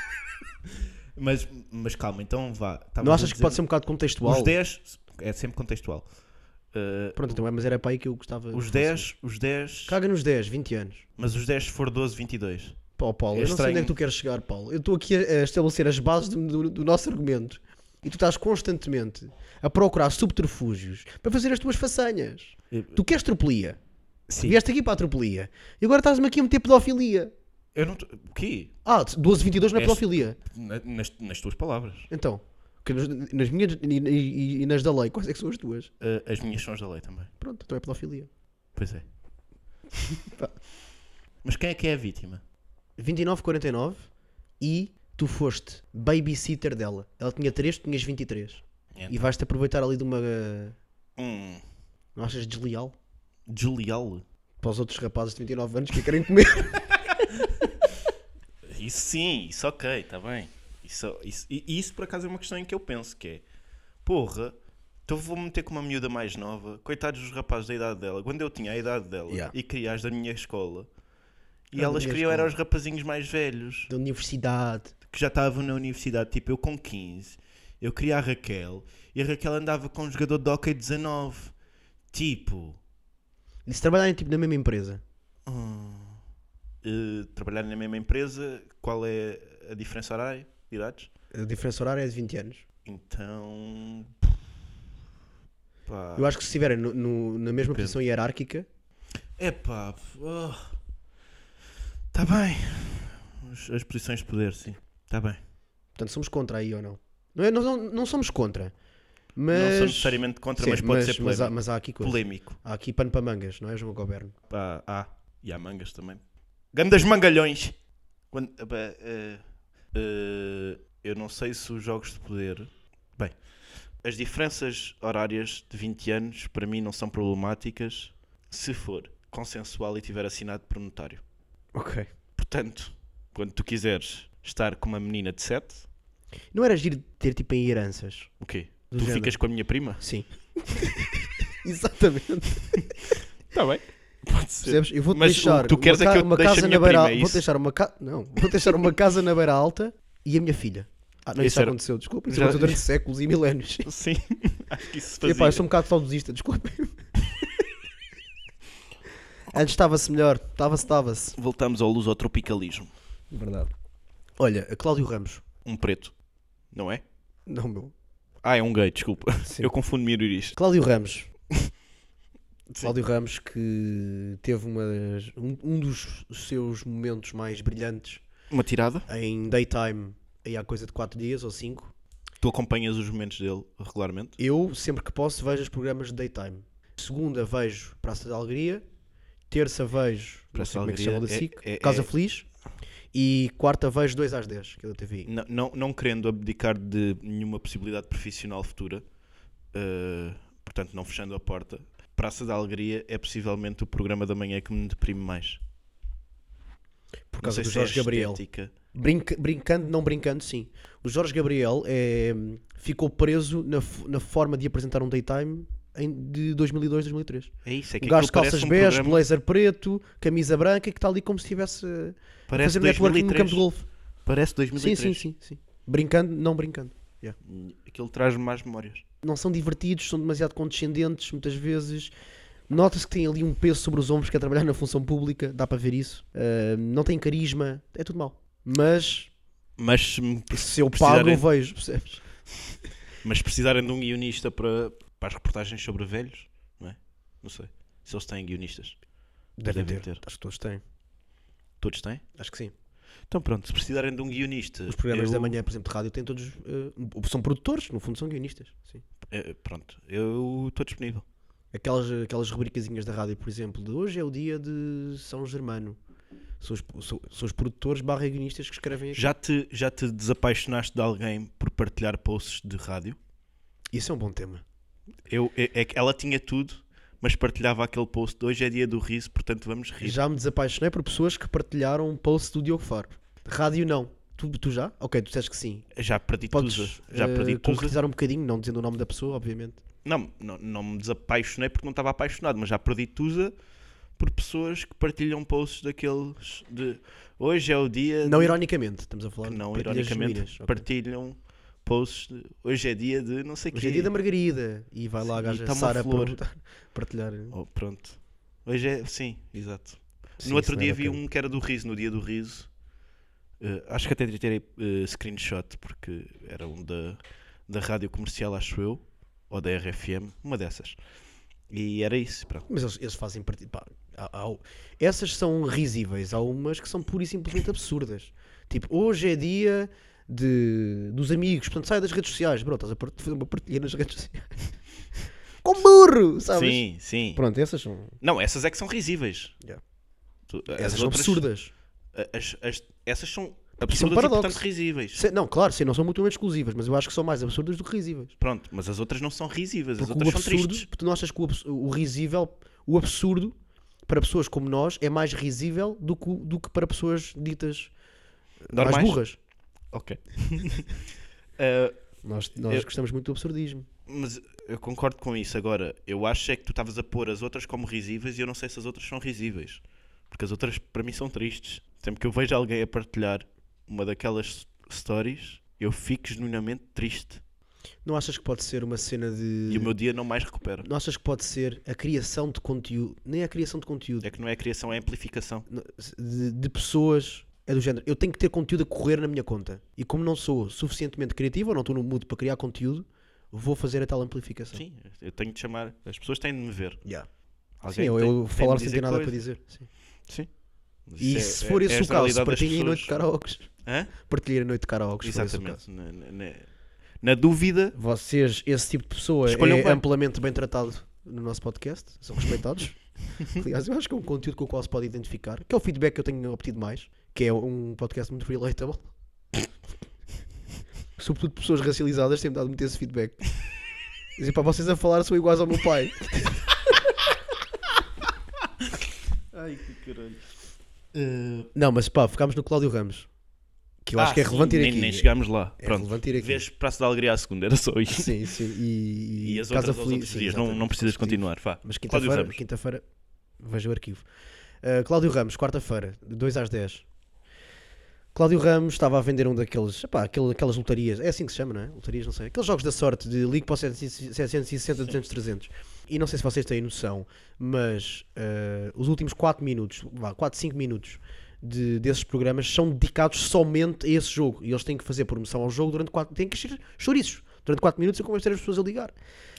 S3: Mas, mas calma, então vá. Estavas
S4: não
S3: a
S4: achas que
S3: dizer-
S4: pode ser um bocado contextual?
S3: Os 10 é sempre contextual. Uh,
S4: Pronto, então é, mas era para aí que eu gostava. que
S3: os
S4: fosse.
S3: 10, os 10,
S4: Caga nos 10, 20 anos.
S3: mas os 10 se for 12, 22.
S4: Pá, Paulo,
S3: É
S4: eu não sei
S3: estranho.
S4: onde é que tu queres chegar, Paulo. Eu estou aqui a, a estabelecer as bases do, do- do nosso argumento. E tu estás constantemente a procurar subterfúgios para fazer as tuas façanhas.
S3: Eu-
S4: Tu queres tropelia.
S3: Sim.
S4: Vieste aqui para a tropelia. E agora estás-me aqui a meter pedofilia.
S3: Eu não. tô- O quê?
S4: Ah, 12, 22 não é
S3: És-
S4: pedofilia.
S3: Na- nas, nas tuas palavras.
S4: Então, que nas, nas minhas e, e- e nas da lei, quais é que são as tuas?
S3: Uh, as minhas são as da lei também.
S4: Pronto, então é pedofilia.
S3: Pois é.
S4: Pá.
S3: mas quem é que é a vítima?
S4: 29,49 e tu foste babysitter dela. Ela tinha 3, tu tinhas 23.
S3: Então.
S4: E vais-te aproveitar ali de uma. eh,
S3: Hum,
S4: Não achas desleal?
S3: desleal.
S4: Para os outros rapazes de 29 anos que a querem comer.
S3: Isso sim, isso ok, está bem. Isso, isso, e e isso por acaso é uma questão em que eu penso que é porra, então vou meter com uma miúda mais nova, coitados dos rapazes da idade dela, quando eu tinha a idade dela
S4: Yeah.
S3: e queria as da minha escola, e
S4: da
S3: elas
S4: minha
S3: queriam eram
S4: escola.
S3: os rapazinhos mais velhos
S4: da universidade.
S3: que já estavam na universidade, tipo eu com 15, eu queria a Raquel, e a Raquel andava com um jogador de hockey 19, tipo,
S4: E se trabalharem tipo na mesma empresa.
S3: eh, trabalhar na mesma empresa, qual é a diferença horária de idades?
S4: A diferença horária é de 20 anos.
S3: Então. Pá. Ah.
S4: Eu acho que se estiverem no- no- na mesma posição hierárquica,
S3: Epá. Está bem. As, as posições de poder, sim. Está bem.
S4: portanto somos contra aí ou não? Não, é- não, não, não somos contra. Mas...
S3: Não sou necessariamente contra,
S4: Sim,
S3: mas pode ser
S4: mas
S3: polémico.
S4: há, mas há aqui coisa.
S3: Polémico.
S4: Há aqui pano para mangas, não é, João Goberno?
S3: Pá, há. E há mangas também. Gandas mangalhões! Quando- eh, pá, eh, eh, eu não sei se os jogos de poder. Bem, as diferenças horárias de 20 anos para mim não são problemáticas se for consensual e tiver assinado por um notário.
S4: Ok.
S3: Portanto, quando tu quiseres estar com uma menina de 7,
S4: Não era giro ter tipo em heranças?
S3: o quê?
S4: Do
S3: tu
S4: género.
S3: ficas com a minha prima?
S4: Sim. Exatamente.
S3: Está Tá bem. Pode ser.
S4: Percebes? Eu vou
S3: Mas o
S4: deixar
S3: que tu queres
S4: uma,
S3: é que
S4: ca-
S3: eu te
S4: uma
S3: deixe a
S4: casa
S3: minha
S4: na beira
S3: prima,
S4: alta.
S3: é
S4: Vou
S3: isso?
S4: deixar uma casa. Não, vou deixar uma casa na beira alta e a minha filha. Ah, não,
S3: Isso
S4: isso já
S3: era-
S4: aconteceu, desculpa.
S3: É
S4: Isso
S3: Já-
S4: aconteceu durante séculos e milénios.
S3: Sim, acho que isso se fazia.
S4: Epá, eu sou um bocado saudosista, desculpa. Antes estava-se melhor, estava-se, estava-se.
S3: Voltamos ao lusotropicalismo.
S4: Verdade. Olha, a Cláudio Ramos.
S3: Um preto, não é?
S4: Não, meu.
S3: Ah, é um gay, desculpa.
S4: Sim.
S3: Eu confundo Miriris.
S4: Cláudio Ramos. Cláudio Ramos que teve umas- um, um dos seus momentos mais brilhantes
S3: Uma tirada?
S4: em daytime aí há coisa de 4 dias ou 5.
S3: Tu acompanhas os momentos dele regularmente?
S4: Eu, sempre que posso, vejo os programas de daytime. Segunda vejo Praça da Alegria, terça vejo não
S3: Praça da
S4: sei como é que se
S3: Alegria
S4: chama da
S3: é-
S4: SIC,
S3: é-
S4: Casa
S3: é-
S4: Feliz e quarta vejo 2 às 10, que é da TV.
S3: Não, não, não querendo abdicar de nenhuma possibilidade profissional futura, eh, portanto, não fechando a porta, Praça da Alegria é possivelmente o programa da manhã que me deprime mais.
S4: Por
S3: Não
S4: causa
S3: sei
S4: do
S3: se é a
S4: Jorge Gabriel.
S3: estética.
S4: Brinca- brincando, não brincando, sim. O Jorge Gabriel eh, ficou preso na, f- na forma de apresentar um daytime em- de 2002, 2003.
S3: É isso, é que
S4: um gajo de
S3: aquilo
S4: calças
S3: parece um
S4: bege,
S3: programa-
S4: blazer preto, camisa branca, que está ali como se estivesse a
S3: Parece
S4: fazer networking no
S3: 2003.
S4: campo de golfe.
S3: Parece
S4: Sim,
S3: 2003.
S4: sim, sim, sim. Brincando, não brincando. Yeah.
S3: Aquilo traz-me mais memórias.
S4: Não são divertidos, são demasiado condescendentes muitas vezes. Nota-se que tem ali um peso sobre os ombros que é trabalhar na função pública, dá para ver isso. Eh, não tem carisma, é tudo mal. Mas
S3: Mas se, me-
S4: se eu pago,
S3: precisarem-
S4: eu vejo, percebes?
S3: mas se precisarem de um guionista para, para as reportagens sobre velhos, não é? Não sei. Se eles têm guionistas.
S4: Devem
S3: Devem
S4: ter.
S3: ter.
S4: Acho que todos têm.
S3: Todos têm?
S4: Acho que sim.
S3: Então pronto, se precisarem de um guionista.
S4: Os programas
S3: eu-
S4: da manhã, por exemplo, de rádio, têm todos. eh, são produtores, no fundo, são guionistas. Sim.
S3: eh, pronto, eu estou disponível.
S4: Aquelas, aquelas rubricazinhas da rádio, por exemplo, de hoje é o dia de São Germano. São os, são, são os produtores barra guionistas que escrevem aqui.
S3: Já te, já te desapaixonaste de alguém por partilhar posts de rádio?
S4: Isso é um bom tema.
S3: Eu, é- é que ela tinha tudo, mas partilhava aquele post de hoje é dia do riso, portanto vamos rir.
S4: Já me desapaixonei por pessoas que partilharam um post do Diogo Faro. Rádio não. Tu, tu já? Ok, tu disseste que sim.
S3: Já perdi tudo.
S4: Podes
S3: Já
S4: eh,
S3: perdi tudo.
S4: concretizar um bocadinho, não dizendo o nome da pessoa, obviamente.
S3: Não, não, não me desapaixonei porque não estava apaixonado, mas já perdi Tusa por pessoas que partilham posts daqueles de hoje é o dia.
S4: Não
S3: de...
S4: ironicamente, estamos a falar de
S3: Não,
S4: partilhas
S3: ironicamente,
S4: genuínas, ok.
S3: partilham posts de hoje é dia de não sei o quê.
S4: Hoje é dia da Margarida e vai lá a
S3: Sim, e
S4: gaja
S3: tá uma
S4: Sara
S3: flor.
S4: perguntar- partilhar.
S3: Oh, pronto. Hoje é. Sim, exato.
S4: Sim,
S3: no outro
S4: isso não é
S3: dia vi
S4: bacana.
S3: um que era do riso, no dia do riso. Eh, acho que até tirei eh, screenshot porque era um da, da rádio comercial, acho eu, ou da RFM, uma dessas. E era isso, pronto.
S4: Mas eles, eles fazem partilha. essas são risíveis, há umas que são pura e simplesmente absurdas. Tipo, hoje é dia de, dos amigos, portanto sai das redes sociais. Bro, estás a part- fazer uma partilha nas redes sociais. Com burro, sabes?
S3: Sim, sim.
S4: Pronto, essas são,
S3: Não, essas é que são risíveis.
S4: Yeah.
S3: Tu- as
S4: essas são
S3: outras-
S4: absurdas.
S3: as- as- essas são
S4: isso é
S3: absurdas
S4: um
S3: e
S4: paradoxo. é-
S3: portanto risíveis.
S4: Se- não, claro, sim, não são mutuamente exclusivas, mas eu acho que são mais absurdas do que risíveis.
S3: Pronto, mas as outras não são risíveis, as
S4: Porque
S3: outras
S4: o
S3: são
S4: absurdo,
S3: tristes.
S4: tu não achas que o, abs- o risível, o absurdo, para pessoas como nós, é mais risível do que, o- do que para pessoas ditas mais
S3: Normais?
S4: é burras.
S3: Ok. Ah,
S4: Nós, nós
S3: Eu-
S4: gostamos muito do absurdismo.
S3: mas eu concordo com isso. Agora, eu acho é que tu estavas a pôr as outras como risíveis e eu não sei se as outras são risíveis. Porque as outras, para mim, são tristes. Sempre que eu vejo alguém a partilhar uma daquelas stories, eu fico genuinamente triste.
S4: Não achas que pode ser uma cena
S3: E
S4: de.
S3: o meu dia não mais recupera.
S4: Não achas que pode ser a criação de conteúdo? Nem a criação de conteúdo.
S3: É que não é a criação, é a amplificação.
S4: no- de, de pessoas é do género, eu tenho que ter conteúdo a correr na minha conta. E como não sou suficientemente criativo ou não estou no mood para criar conteúdo, vou fazer a tal amplificação.
S3: Sim, eu tenho de chamar. As pessoas têm de me ver.
S4: Yeah.
S3: Alguém
S4: Sim, eu,
S3: tem-
S4: eu
S3: tem de
S4: falar sem
S3: dizer
S4: ter nada
S3: coisa.
S4: para dizer. Sim.
S3: Sim. Mas
S4: E
S3: isso é-
S4: se for
S3: é-
S4: esse
S3: é
S4: o
S3: a generalidade
S4: caso,
S3: das
S4: partilhem a noite de
S3: pessoas.
S4: karaokes.
S3: Hã?
S4: Partilhem a noite de karaokes. se for é esse o caso.
S3: Exatamente. Na, na- na- na dúvida,
S4: Vocês, esse tipo de pessoa
S3: Escolham
S4: é
S3: bem.
S4: amplamente bem tratado no nosso podcast, são respeitados. Aliás, eu acho que é um conteúdo com o qual se pode identificar, que é o feedback que eu tenho obtido mais, que é um podcast muito relatable. Sobretudo pessoas racializadas têm-me dado muito esse feedback. Dizem, para vocês a falar são iguais ao meu pai.
S3: Ai, que caralho.
S4: Eh, Não, mas pá, ficámos no Cláudio Ramos. Que eu acho que é relevante ir
S3: Ah, nem,
S4: aqui.
S3: Nem chegámos lá.
S4: É
S3: Pronto.
S4: relevante ir aqui.
S3: Vês Praça da Alegria à segunda, era só isso.
S4: Sim, sim. E,
S3: E as
S4: Casa
S3: outras aos
S4: Feliz-
S3: outros
S4: sim,
S3: dias. Não, não
S4: exatamente.
S3: precisas
S4: Consecutivo.
S3: continuar. Vá.
S4: Mas
S3: Cláudio
S4: quinta-feira,
S3: Ramos.
S4: quinta-feira, veja o arquivo. Uh, Cláudio Ramos, quarta-feira, 2 às 10. Cláudio Ramos estava a vender um daqueles, epá, aquele, aquelas lotarias, é assim que se chama, não é? Lotarias, não sei. Aqueles jogos da sorte de ligue para o 760, 200, 300. E não sei se vocês têm noção, mas uh, os últimos 4 minutos, vá, 4, 5 minutos de, desses programas são dedicados somente a esse jogo. E eles têm que fazer promoção ao jogo durante 4 Têm que encher chouriços. Durante 4 minutos eu convencer as pessoas a ligar.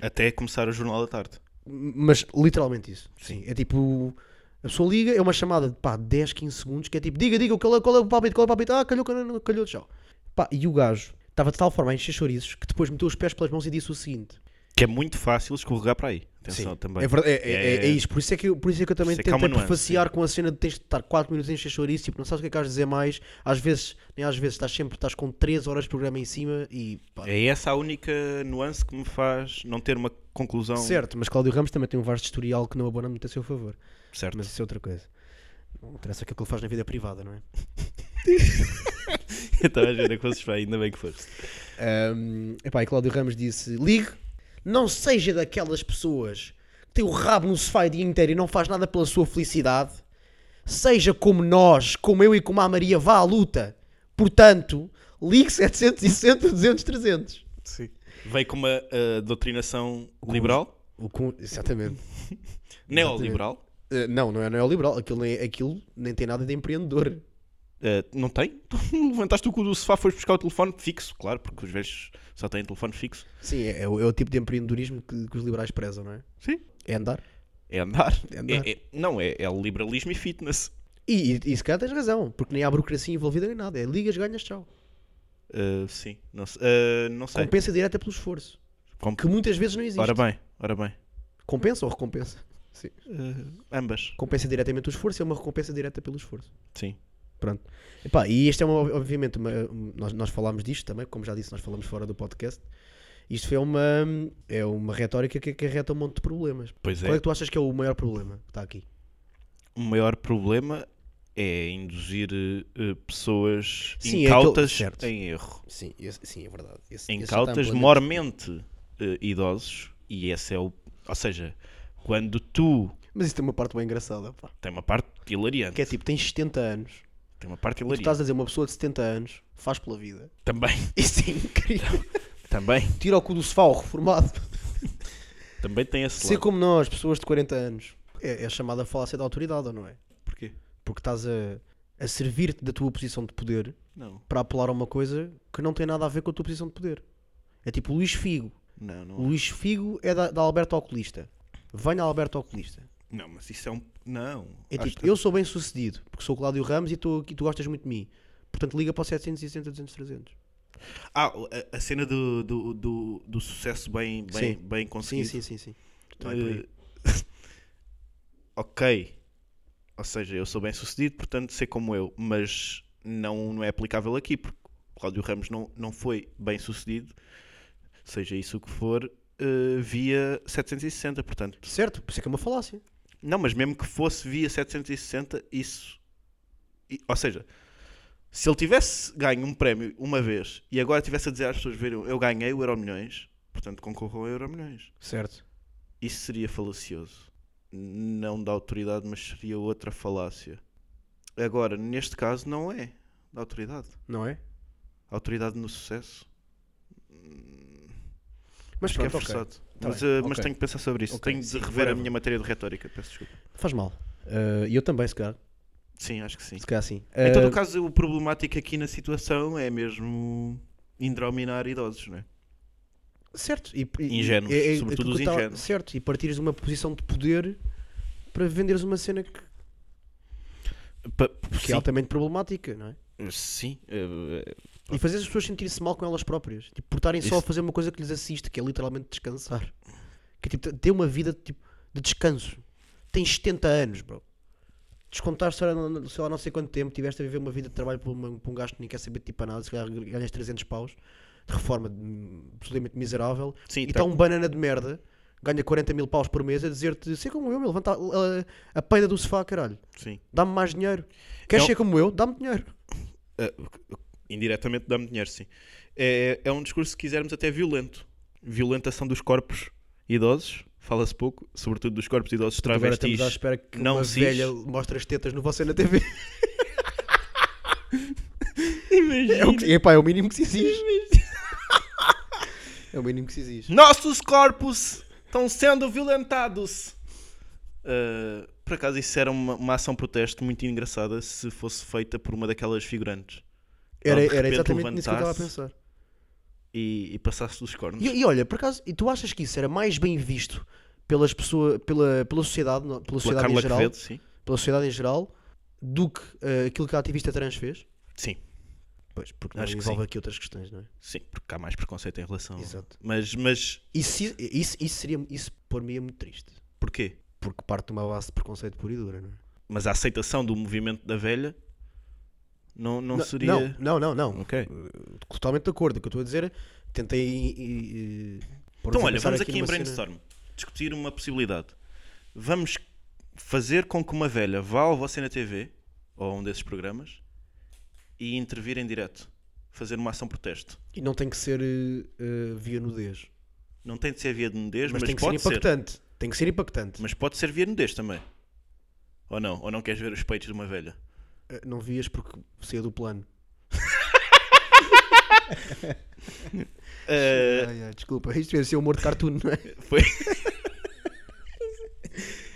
S3: Até começar o Jornal da Tarde.
S4: Mas literalmente isso. Sim. É tipo. A pessoa liga, é uma chamada de pá, 10, 15 segundos, que é tipo, diga, diga, qual é, qual é o palpite, qual é o palpite, ah, calhou, calhou, calhou, tchau. Pá, e o gajo estava de tal forma a encher chouriços que depois meteu os pés pelas mãos e disse o seguinte:
S3: Que é muito fácil escorregar para aí. Atenção também.
S4: É, verdade, é, é- é- é isso, por isso é que eu, por isso é que eu também
S3: Isso é que há
S4: tentei
S3: uma nuance,
S4: prefaciar com a cena de tens de estar 4 minutos a encher chouriços, tipo, não sabes o que é que has de dizer mais, às vezes, nem às vezes, estás sempre, estás com 3 horas de programa em cima e pá.
S3: É essa a única nuance que me faz não ter uma conclusão
S4: Certo, mas Cláudio Ramos também tem um vasto historial que não abona muito a seu favor.
S3: certa.
S4: Mas isso é outra coisa. Não interessa aquilo que ele faz na vida privada, não é?
S3: Eu estava Então, a ver a que vocês vai, ainda bem que foste.
S4: Um, epá, e Cláudio Ramos disse: ligue, não seja daquelas pessoas que têm o rabo no sofá o dia inteiro e não faz nada pela sua felicidade. Seja como nós, como eu e como a Maria, vá à luta. Portanto, ligue 760, 200, 300. Sim.
S3: Veio com uma ah, doutrinação liberal,
S4: O com- Exatamente.
S3: neoliberal.
S4: Eh, não, não é neoliberal. Aquilo, nem, aquilo nem tem nada de empreendedor.
S3: Ah, não tem? Tu levantaste o cu do sofá, foste buscar o telefone fixo, claro, porque os velhos só têm telefone fixo.
S4: Sim, é, é o, é o tipo de empreendedorismo que, que os liberais prezam, não é?
S3: Sim.
S4: É andar.
S3: É andar.
S4: É andar.
S3: É- é- não, é, é liberalismo e fitness.
S4: E, e, e se calhar tens razão, porque nem há burocracia envolvida nem nada. É ligas, ganhas, tchau.
S3: Ah, sim, não, se- ah, não sei.
S4: Compensa direta pelo esforço.
S3: Com-
S4: Que muitas vezes não existe.
S3: Ora bem, ora bem.
S4: Compensa ou recompensa? Sim.
S3: Ah, ambas,
S4: Compensa diretamente o esforço é uma recompensa direta pelo esforço.
S3: sim.
S4: Pronto. Epá, e este é uma, obviamente, uma- nós, nós falámos disto também, como já disse, nós falamos fora do podcast. Isto foi uma, é uma retórica que acarreta um monte de problemas.
S3: Pois é.
S4: Qual é que tu achas que é o maior problema que está aqui?
S3: O maior problema é induzir eh, eh, pessoas
S4: Sim, é aquele-
S3: incautas
S4: certo.
S3: em erro.
S4: Sim, sim é verdade.
S3: Incautas, mormente eh, idosos. E esse é o. Ou seja, quando tu.
S4: Mas isso tem uma parte bem engraçada, pá.
S3: Tem uma parte hilariante.
S4: Que é tipo, tens 70 anos,
S3: Tem uma parte
S4: tu
S3: hilariante.
S4: estás a dizer uma pessoa de 70 anos, faz pela vida.
S3: Também,
S4: Isso é incrível.
S3: também,
S4: Tira o cu do sofá ao reformado.
S3: também tem esse
S4: Ser
S3: lado.
S4: Assim como nós, pessoas de 40 anos. É, é chamada falácia da autoridade, ou não é?
S3: Porquê?
S4: Porque estás a, a servir-te da tua posição de poder
S3: Não,
S4: para apelar a uma coisa que não tem nada a ver com a tua posição de poder. É tipo o Luís Figo.
S3: não, não.
S4: O Luís Figo é da, da Alberto Oculista. Venha a Alberto Oculista.
S3: Não, mas isso é um. Não.
S4: É
S3: Acho
S4: tipo,
S3: que-
S4: eu sou bem sucedido, porque sou o Cláudio Ramos e, tô, aqui tu gostas muito de mim. Portanto, liga para o 760, 200, 300.
S3: Ah, a, a cena do, do, do, do sucesso bem, bem,
S4: Sim.
S3: bem
S4: Sim,
S3: conseguido.
S4: sim, sim, sim. Então é por aí.
S3: Eh, ok. Ou seja, eu sou bem sucedido, portanto, ser como eu. Mas não, não é aplicável aqui, porque o Cláudio Ramos não, não foi bem sucedido, seja isso o que for, eh, via 760. Portanto,
S4: Certo, por isso é que é uma falácia.
S3: não, mas mesmo que fosse via 760, isso. e- ou seja, se ele tivesse ganho um prémio uma vez e agora tivesse a dizer às pessoas: viram, eu ganhei o Euro Milhões, portanto, concorro ao Euro Milhões.
S4: Certo.
S3: Isso seria falacioso. Não da autoridade, mas seria outra falácia. Agora, neste caso, não é da autoridade.
S4: Não é?
S3: Autoridade no sucesso. Hum,
S4: Mas
S3: Acho que é
S4: pronto, ok.
S3: forçado.
S4: Tá
S3: mas,
S4: bem,
S3: eh, mas
S4: ok.
S3: tenho que pensar sobre isso.
S4: Ok,
S3: Tenho de
S4: sim,
S3: rever a
S4: whatever.
S3: minha matéria de retórica, peço desculpa.
S4: Faz mal. Eh, E eu também, se calhar.
S3: Sim, acho que sim.
S4: Se calhar sim.
S3: Em todo
S4: Eh,
S3: o caso, o problemático aqui na situação é mesmo indrominar idosos, não é?
S4: Certo. E, e-
S3: Ingénuos,
S4: é- é
S3: sobretudo
S4: aquilo que
S3: os
S4: eu tava-
S3: ingénuos.
S4: certo. E partires de uma posição de poder para venderes uma cena que, que
S3: Pa-
S4: é
S3: sim,
S4: altamente problemática, não é?
S3: sim, eh,
S4: E fazer as pessoas sentirem-se mal com elas próprias. Tipo, por estarem só a
S3: Isso-
S4: fazer uma coisa que lhes assiste, que é literalmente descansar. Que é tipo, ter uma vida tipo, de descanso. Tens 70 anos, bro. Descontar, sei lá, não- sei lá, não sei quanto tempo, tiveste a viver uma vida de trabalho para um, para um gajo que nem quer saber de ti para nada, se calhar ganhas 300 paus, de reforma hum, absolutamente miserável,
S3: Sim,
S4: e
S3: tá-
S4: está um banana de merda, ganha 40 mil paus por mês, a dizer-te, sei como eu, meu, levanta a, a, a peida do sofá, caralho,
S3: sim.
S4: dá-me mais dinheiro. Queres
S3: Não.
S4: ser como eu? Dá-me dinheiro.
S3: Indiretamente dá-me dinheiro, sim. É, é um discurso, se quisermos, até violento. Violentação dos corpos idosos, fala-se pouco, sobretudo dos corpos idosos
S4: Agora estamos à
S3: travestis.
S4: espera que
S3: não
S4: uma
S3: cis.
S4: velha mostre as tetas no você na TV. É o,
S3: Imagina.
S4: que, epá, é o mínimo que se exige. é o mínimo que se exige.
S3: Nossos corpos estão sendo violentados. Ah, por acaso, isso era uma, uma ação-protesto muito engraçada se fosse feita por uma daquelas figurantes. Ela,
S4: Era,
S3: de
S4: era
S3: repente,
S4: exatamente nisso que eu estava a
S3: levantar-se
S4: pensar.
S3: E, e passasse dos cornos.
S4: E, e olha, por acaso, e tu achas que isso era mais bem visto pelas pessoas, pela, pela sociedade, não- pela
S3: Pela
S4: sociedade em
S3: Carla
S4: geral,
S3: Quevedo, sim.
S4: pela sociedade em geral, do que eh, aquilo que a ativista trans fez?
S3: Sim,
S4: Pois, porque não
S3: Acho que
S4: envolve
S3: sim.
S4: aqui outras questões, não é?
S3: sim, porque há mais preconceito em relação.
S4: Exato.
S3: Mas, mas
S4: Isso, isso, isso seria, isso por mim é muito triste.
S3: porquê?
S4: Porque parte de uma base de preconceito pura e dura, não é?
S3: Mas a aceitação do movimento da velha não, não,
S4: Não,
S3: seria.
S4: Não, não, não. não.
S3: Ok. Então,
S4: Totalmente de acordo. O que eu estou a dizer, é, tentei. e- e- pôr-vos
S3: Então,
S4: a
S3: olha,
S4: pensar
S3: vamos aqui em
S4: numa cena-
S3: brainstorm discutir uma possibilidade. Vamos fazer com que uma velha vá ao Você na TV ou a um desses programas e intervir em direto, fazer uma ação protesto.
S4: E não tem que ser eh, eh, via nudez.
S3: Não tem de ser via de nudez,
S4: Mas,
S3: mas,
S4: tem que ser
S3: pode ser,
S4: impactante. Tem que ser impactante.
S3: Mas pode ser via nudez também. Ou não? Ou não queres ver os peitos de uma velha?
S4: Eh, Não vias porque saía do plano.
S3: Eh,
S4: Ai, ai, desculpa, isto ia ser humor de cartoon, não é?
S3: Foi.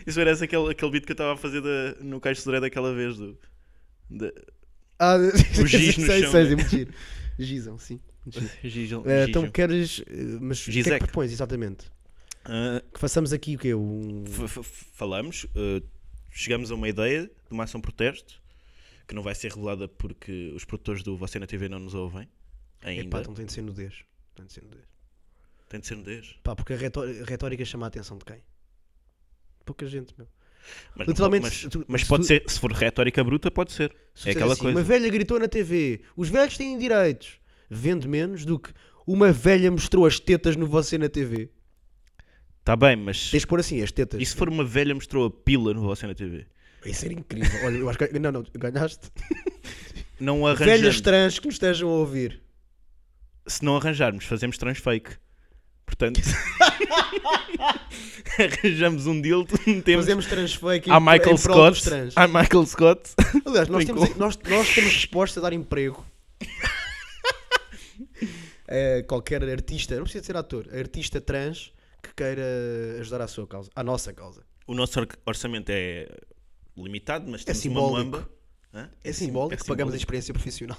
S3: Isso parece aquele, aquele beat que eu estava a fazer da- no Caixo de Soré daquela vez. Do, da-
S4: Ah,
S3: O giz no
S4: sei,
S3: chão,
S4: sei,
S3: né?
S4: é muito giro. Gizam, sim.
S3: Gijão-
S4: Eh, então
S3: Gijão.
S4: queres. eh, mas o que é
S3: Gizek.
S4: que propões, exatamente?
S3: Ah,
S4: Que façamos aqui o quê? Um...
S3: fa- fa- falamos, ah, chegamos a uma ideia de uma ação protesto que não vai ser revelada porque os produtores do Você na TV não nos ouvem ainda.
S4: Epá, então tem de ser nudez. Tem de ser nudez.
S3: Tem de ser um nudez.
S4: Pá, porque a retó- a retórica chama a atenção de quem? Pouca gente, meu.
S3: Mas,
S4: Literalmente,
S3: mas,
S4: se tu-
S3: mas
S4: se
S3: pode
S4: tu-
S3: ser, se for retórica bruta, pode ser. é
S4: Se tu disseres
S3: aquela
S4: assim,
S3: coisa.
S4: Uma velha gritou na TV: os velhos têm direitos. Vende menos do que Uma velha mostrou as tetas no você na TV.
S3: Está Tá bem, mas.
S4: Tens de pôr assim, as tetas.
S3: E se for uma velha mostrou a pila no você na TV?
S4: Isso era incrível. Olha, eu acho que. Não, não, ganhaste.
S3: Não
S4: Velhas
S3: arranjamos.
S4: trans que nos estejam a ouvir.
S3: Se não arranjarmos, fazemos trans fake. Portanto, arranjamos um deal, metemos
S4: Fazemos um transfake
S3: a Michael Scott.
S4: trans.
S3: A Michael Scott.
S4: Aliás, nós
S3: Tem
S4: temos, nós, nós estamos dispostos a dar emprego a qualquer artista, não precisa de ser ator, artista trans que queira ajudar à sua causa, à nossa causa.
S3: O nosso or- orçamento é limitado, mas
S4: É
S3: temos uma
S4: simbólico.
S3: muamba. Hã?
S4: É simbólico,
S3: é
S4: pagamos a experiência profissional.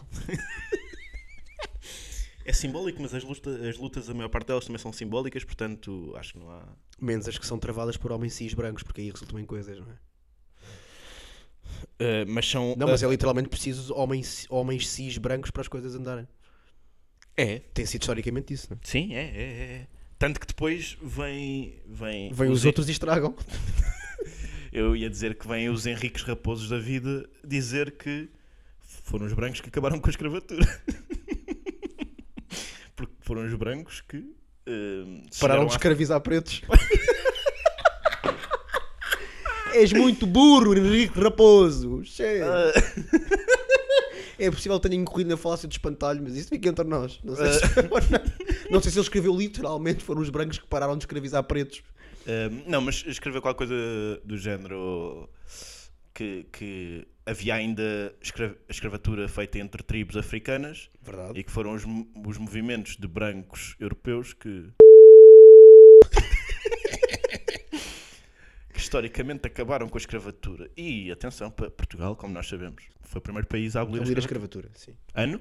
S3: É simbólico, mas as lutas, as lutas, a maior parte delas também são simbólicas, portanto, acho que não há.
S4: Menos as que são travadas por homens cis brancos, porque aí resultam em coisas, não é?
S3: Eh, mas são.
S4: Não, mas é literalmente preciso homens, homens cis brancos para as coisas andarem.
S3: É.
S4: Tem sido historicamente isso, não é?
S3: Sim, é, é, é, é. Tanto que depois vem. Vem,
S4: Vêm os
S3: en-
S4: outros e estragam.
S3: Eu ia dizer que vêm os Henriques Raposos da vida dizer que foram os brancos que acabaram com a escravatura. Porque foram os brancos que. eh,
S4: Pararam
S3: chegaram
S4: de
S3: à-
S4: escravizar pretos. És muito burro, Henrique Raposo. Chega. É possível que tenha incorrido na falácia do espantalho, mas isso fica entre nós. Não sei, se... não sei se ele escreveu literalmente, foram os brancos que pararam de escravizar pretos.
S3: Um, não, mas escreveu qualquer coisa do género que, que havia ainda escra- escravatura feita entre tribos africanas
S4: Verdade.
S3: e que foram os, mo- os movimentos de brancos europeus que. que historicamente acabaram com a escravatura. E atenção, para Portugal, como nós sabemos, foi o primeiro país a abolir a
S4: Abolir a
S3: escravatura.
S4: escravatura, sim.
S3: Ano?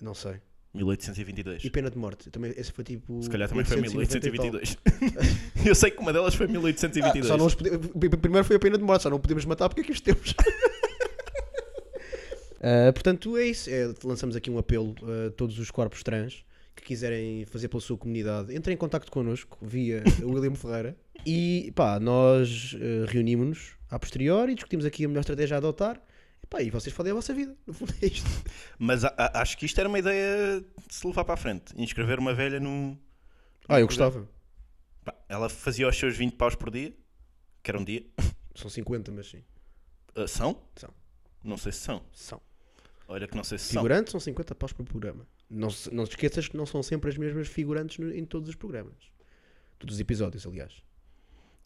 S4: Não sei. E
S3: 1822.
S4: pena de morte. Também, esse foi tipo.
S3: Se calhar também foi
S4: 890 e tal.
S3: 1822. Eu sei que uma delas foi 1822.
S4: Ah, só não os pode- P- Primeiro foi a pena de morte, só não podemos matar porque é que os temos. Ah, portanto, é isso. É, lançamos aqui um apelo a todos os corpos trans que quiserem fazer pela sua comunidade. Entrem em contato connosco via William Ferreira. E pá, nós eh, reunimos-nos a posteriori e discutimos aqui a melhor estratégia a adotar. E, pá, e vocês fodem a vossa vida. No fundo é isto.
S3: Mas a- a- acho que isto era uma ideia de se levar para a frente. Inscrever uma velha num.
S4: Ah, eu gostava.
S3: Pá, Ela fazia os seus 20 paus por dia, que era um dia.
S4: São 50, mas sim.
S3: Ah, são?
S4: São.
S3: Não sei se são.
S4: São.
S3: Olha que não sei se são.
S4: Figurantes são 50 paus por programa. Não, se- não te esqueças que não são sempre as mesmas figurantes no- em todos os programas. Todos os episódios, aliás.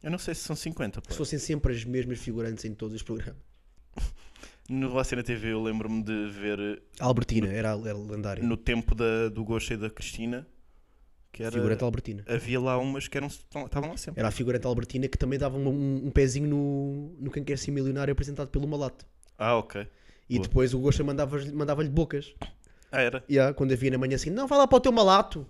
S3: Eu não sei se são 50. pá.
S4: Se fossem sempre as mesmas figurantes em todos os programas.
S3: No Você na TV eu lembro-me de ver eh,
S4: A Albertina era, era lendária.
S3: no tempo da, do Gosha e da Cristina que era.
S4: Figurante Albertina.
S3: Havia lá umas que eram, estavam lá sempre.
S4: Era a figurante Albertina que também dava um, um- um pezinho no, no Quem Quer Ser Milionário apresentado pelo Malato.
S3: Ah, ok.
S4: E
S3: Boa.
S4: depois o Gosta mandava-lhe mandava bocas.
S3: Ah, era.
S4: E ah, quando havia na manhã assim, não, vai lá para o teu Malato.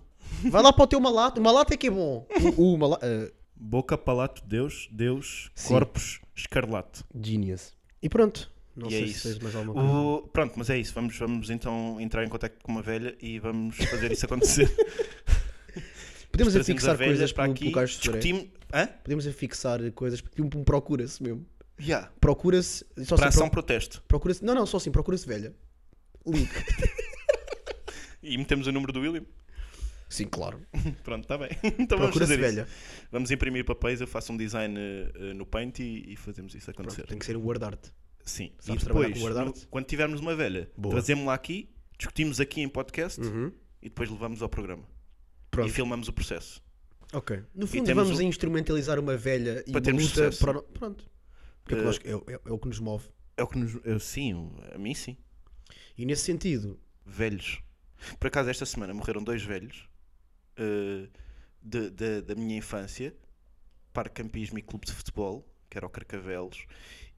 S4: Vai lá para o teu Malato. O Malato é que é bom. O, o Malato...
S3: eh, Boca, palato, Deus, Deus,
S4: Sim.
S3: corpos, escarlate.
S4: genius. E pronto. Não
S3: E
S4: sei
S3: é
S4: se
S3: isso.
S4: tens mais alguma coisa.
S3: O- Pronto, mas é isso. Vamos, vamos então entrar em contacto com uma velha e vamos fazer isso acontecer.
S4: Podemos
S3: Trazemos a
S4: afixar
S3: velha
S4: é coisas
S3: para
S4: pelo,
S3: aqui.
S4: pelo Carlos de Sodré.
S3: Discutimos. Hã?
S4: Podemos afixar coisas. Tipo, um procura-se mesmo.
S3: Yeah.
S4: Procura-se. Só
S3: Para
S4: assim,
S3: ação
S4: pro-
S3: protesto.
S4: procura-se. Não, não, só assim, procura-se velha. Link.
S3: E metemos o número do William.
S4: Sim, claro.
S3: Pronto, está bem. Então vamos
S4: Procura-se
S3: fazer
S4: velha.
S3: isso. Vamos imprimir papéis, eu faço um design eh, eh, no Paint e, e fazemos isso acontecer.
S4: Tem que ser um word art.
S3: Sim. E
S4: Sabes trabalhar
S3: depois,
S4: com word
S3: no-
S4: art?
S3: quando tivermos uma velha,
S4: Boa. Hum.
S3: trazemos-la aqui, discutimos aqui em podcast e depois levamos ao programa.
S4: Pronto.
S3: E filmamos o processo.
S4: Ok. No
S3: E
S4: fundo,
S3: temos
S4: vamos
S3: um-
S4: instrumentalizar uma velha e
S3: Para
S4: uma
S3: termos
S4: luta
S3: sucesso. Eh.
S4: para. o- Pronto. Porque é que eu acho que é, o- é- é o que nos move.
S3: É o que nos. eu- sim, o- a mim sim.
S4: E nesse sentido,
S3: velhos. Por acaso, esta semana morreram dois velhos eh, de- de- da minha infância, Parque Campismo e Clube de Futebol, que era o Carcavelos,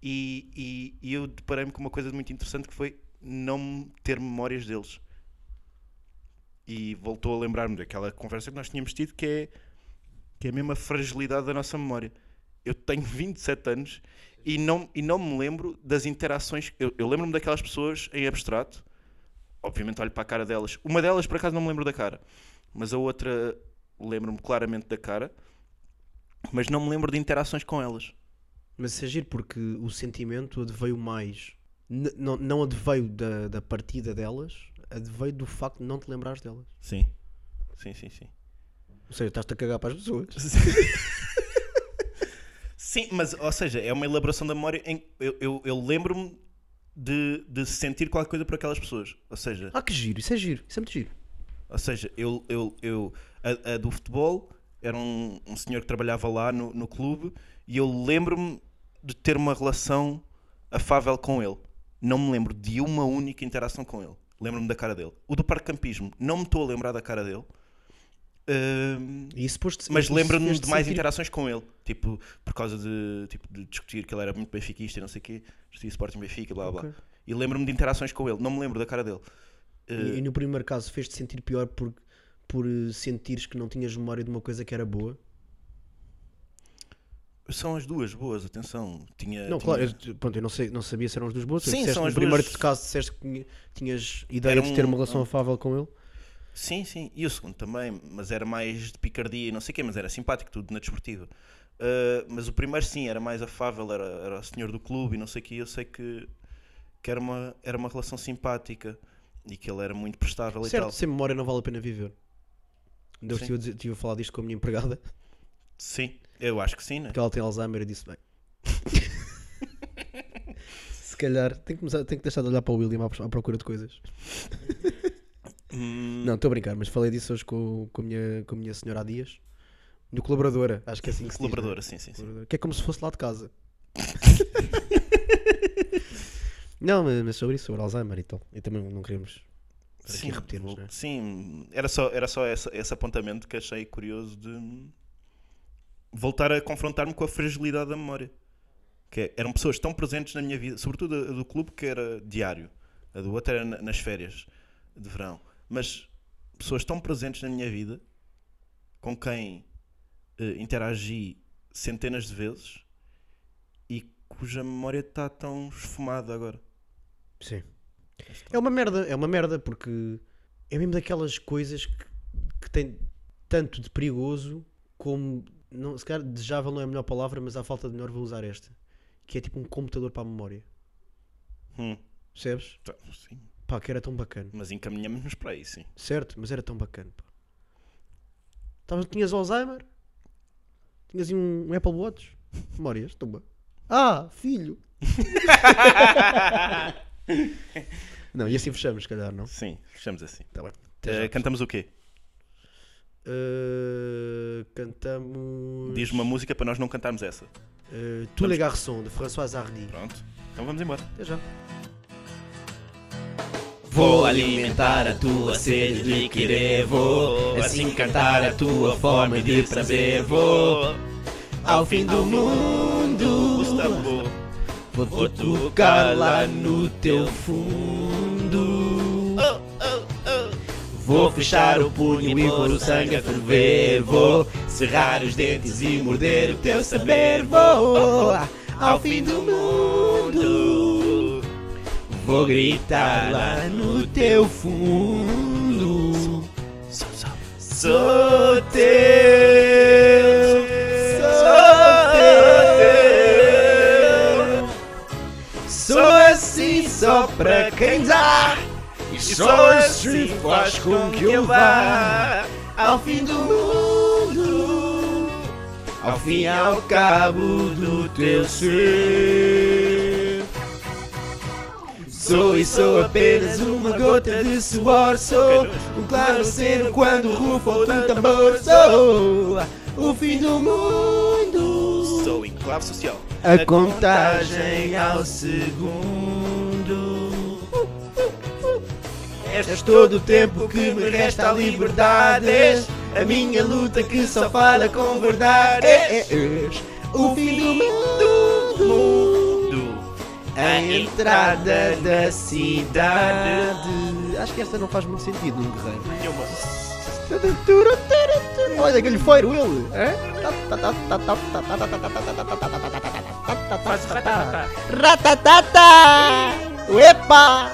S3: e, e- e eu deparei-me com uma coisa muito interessante que foi não me ter memórias deles. E voltou a lembrar-me daquela conversa que nós tínhamos tido, que é, que é a mesma fragilidade da nossa memória. Eu tenho 27 anos e não, e não me lembro das interações. Eu, eu lembro-me daquelas pessoas em abstrato, obviamente olho para a cara delas. Uma delas, por acaso, não me lembro da cara, mas a outra lembro-me claramente da cara, mas não me lembro de interações com elas.
S4: mas isso é giro porque o sentimento adveio mais. N- não, não adveio da, da partida delas, adveio do facto de não te lembrares delas.
S3: Sim. Sim, sim, sim.
S4: Ou seja, estás-te a cagar para as pessoas.
S3: Sim, mas, ou seja, é uma elaboração da memória em eu, eu, eu lembro-me de, de sentir qualquer coisa por aquelas pessoas. Ou seja,
S4: Ah, que giro, isso é giro, isso é muito giro.
S3: ou seja eu, eu, eu a, a do futebol era um, um senhor que trabalhava lá no, no clube e eu lembro-me de ter uma relação afável com ele. Não me lembro de uma única interação com ele. Lembro-me da cara dele. O do parque campismo, não me estou a lembrar da cara dele. Ahm,
S4: E isso pôs-te-
S3: mas
S4: isso
S3: lembro-nos
S4: fez-te
S3: de mais
S4: sentir-
S3: interações com ele, tipo, por causa de, tipo, de discutir que ele era muito benfiquista e não sei o quê, discutir Sporting Benfica e blá blá. blá. E lembro-me de interações com ele, não me lembro da cara dele. Eh,
S4: E, e no primeiro caso fez-te sentir pior por, por eh, sentires que não tinhas memória de uma coisa que era boa.
S3: São as duas boas, atenção. Tinha,
S4: não,
S3: tinha-
S4: claro, eu, pronto, eu não, sei, não sabia se eram os dois boas.
S3: Sim,
S4: disseste,
S3: são as
S4: no primeiro
S3: duas.
S4: caso disseste que tinha- tinhas ideia
S3: Era
S4: de ter
S3: um-
S4: uma relação afável com ele.
S3: Sim, sim. E o segundo também, mas era mais de picardia e não sei o quê, mas era simpático, tudo na desportiva. Ah, mas o primeiro sim, era mais afável, era, era o senhor do clube e não sei o quê. Eu sei que, que era, uma, era uma relação simpática e que ele era muito prestável e
S4: Certo,
S3: tal.
S4: sem memória não vale a pena viver. Deus
S3: Sim.
S4: estive a, dizer- estive a falar disto com a minha empregada,
S3: Sim, eu acho que sim, né?
S4: que ela tem Alzheimer e disse bem. Se calhar tem que, começar, tem que deixar de olhar para o William à, pros- à procura de coisas.
S3: Hum.
S4: Não, estou a brincar, mas falei disso hoje com, com, a, minha, com a minha senhora há dias. Minha colaboradora, acho que é assim que se diz, né?
S3: Colaboradora, sim, sim, sim.
S4: Colaboradora. Que é como se fosse lá de casa. não, mas mas sobre isso, sobre Alzheimer e tal. E também não queremos para aqui repetirmos,
S3: vou-
S4: não é?
S3: sim, era só, era só essa- esse apontamento que achei curioso de voltar a confrontar-me com a fragilidade da memória. Que é- eram pessoas tão presentes na minha vida, sobretudo a do clube que era diário, a do outro era na- nas férias de verão, mas pessoas tão presentes na minha vida com quem eh, interagi centenas de vezes e cuja memória está tão esfumada agora.
S4: Sim. É uma merda, é uma merda, porque é mesmo daquelas coisas que, que tem tanto de perigoso como. Não, se calhar desejável não é a melhor palavra, mas à falta de melhor vou usar esta. Que é tipo um computador para a memória.
S3: Hum,
S4: Percebes?
S3: tá, sim,
S4: Pá, que era tão bacana.
S3: mas encaminhamos-nos para aí, sim.
S4: Certo, mas era tão bacana. Pá. Tavas- tinhas Alzheimer? Tinhas aí um, um Apple Watch? Memórias, tumba. Ah, filho! não, e assim fechamos, se calhar, não?
S3: Sim, fechamos assim.
S4: Tá bem.
S3: Eh, cantamos o quê?
S4: Uh, cantamos.
S3: Diz uma música para nós não cantarmos essa.
S4: Uh, Tous les garçons, de François Hardy.
S3: Pronto. Então vamos embora.
S4: Até já.
S6: Vou alimentar a tua sede de querer, vou assim cantar a tua fome de prazer, vou ao fim do mundo. Vou, vou tocar lá no teu Oh, fundo. Vou fechar o punho e pôr o sangue a ferver. Vou cerrar os dentes e morder o teu saber. Vou ao fim do mundo. Vou gritar lá no teu fundo. Sou teu. Sou teu. Sou assim só pra quem dá E só assim faz com que eu vá Ao fim do mundo Ao fim e ao cabo do teu ser Sou e sou apenas uma gota de suor Sou um claro ser quando rufa o tambor Sou o fim do mundo
S3: Sou enclave social.
S6: a contagem ao segundo. És todo o tempo que me resta a liberdade. És a minha luta que só fala com
S3: É
S6: verdade.
S4: É,
S6: És É, o fim do mundo. A entrada da cidade.
S4: Acho que esta não faz muito sentido num guerreiro.
S3: Nenhuma.
S4: Olha aquele feiro, ele! Ratatata! Epa!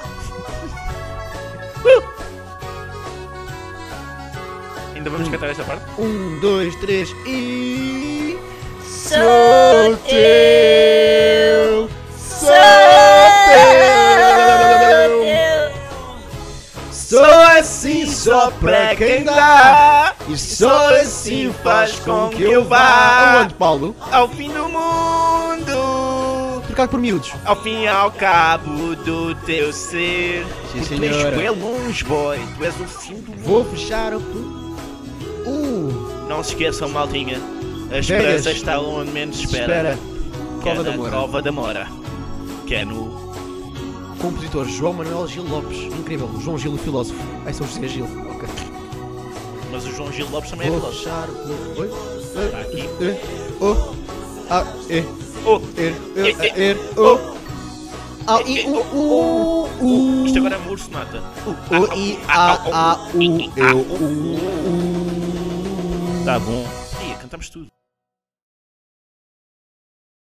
S3: Ainda vamos cantar esta parte?
S4: Um, dois, três e. Sou teu! Sou teu! Sou
S3: assim só para quem dá. E só assim faz com que eu vá
S4: Aonde, Paulo?
S3: ao fim do mundo.
S4: Trocado por miúdos.
S3: Ao fim e ao cabo do teu ser.
S4: Sim,
S3: Porque
S4: senhora.
S3: Tu és bué longe, boy. Tu és o fim do mundo.
S4: Vou fechar o... pu- Uh,
S3: Não se esqueçam, maltinha. A
S4: Vegas.
S3: esperança está onde menos espera.
S4: espera.
S3: Que é
S4: Cova da
S3: na
S4: Moura.
S3: Cova da Moura. Que é no...
S4: Compositor João Manuel Gil Lopes. Incrível. João Gil, o filósofo. Ai, São José Gil. Ok.
S3: Mas o João Gil Lopes também é
S4: Vou
S3: filósofo.
S4: fechar o... pu- Oi?
S3: Está aqui.
S4: E, O, A, E,
S3: Oh,
S4: E,
S3: E,
S4: E,
S3: E,
S4: E, O. A, I, U, U, U.
S3: Isto agora é um urso, nata.
S4: O,
S3: ah,
S4: I, A, A, U, Eu, U, U.
S3: Tá bom. Ia, ah, cantamos tudo.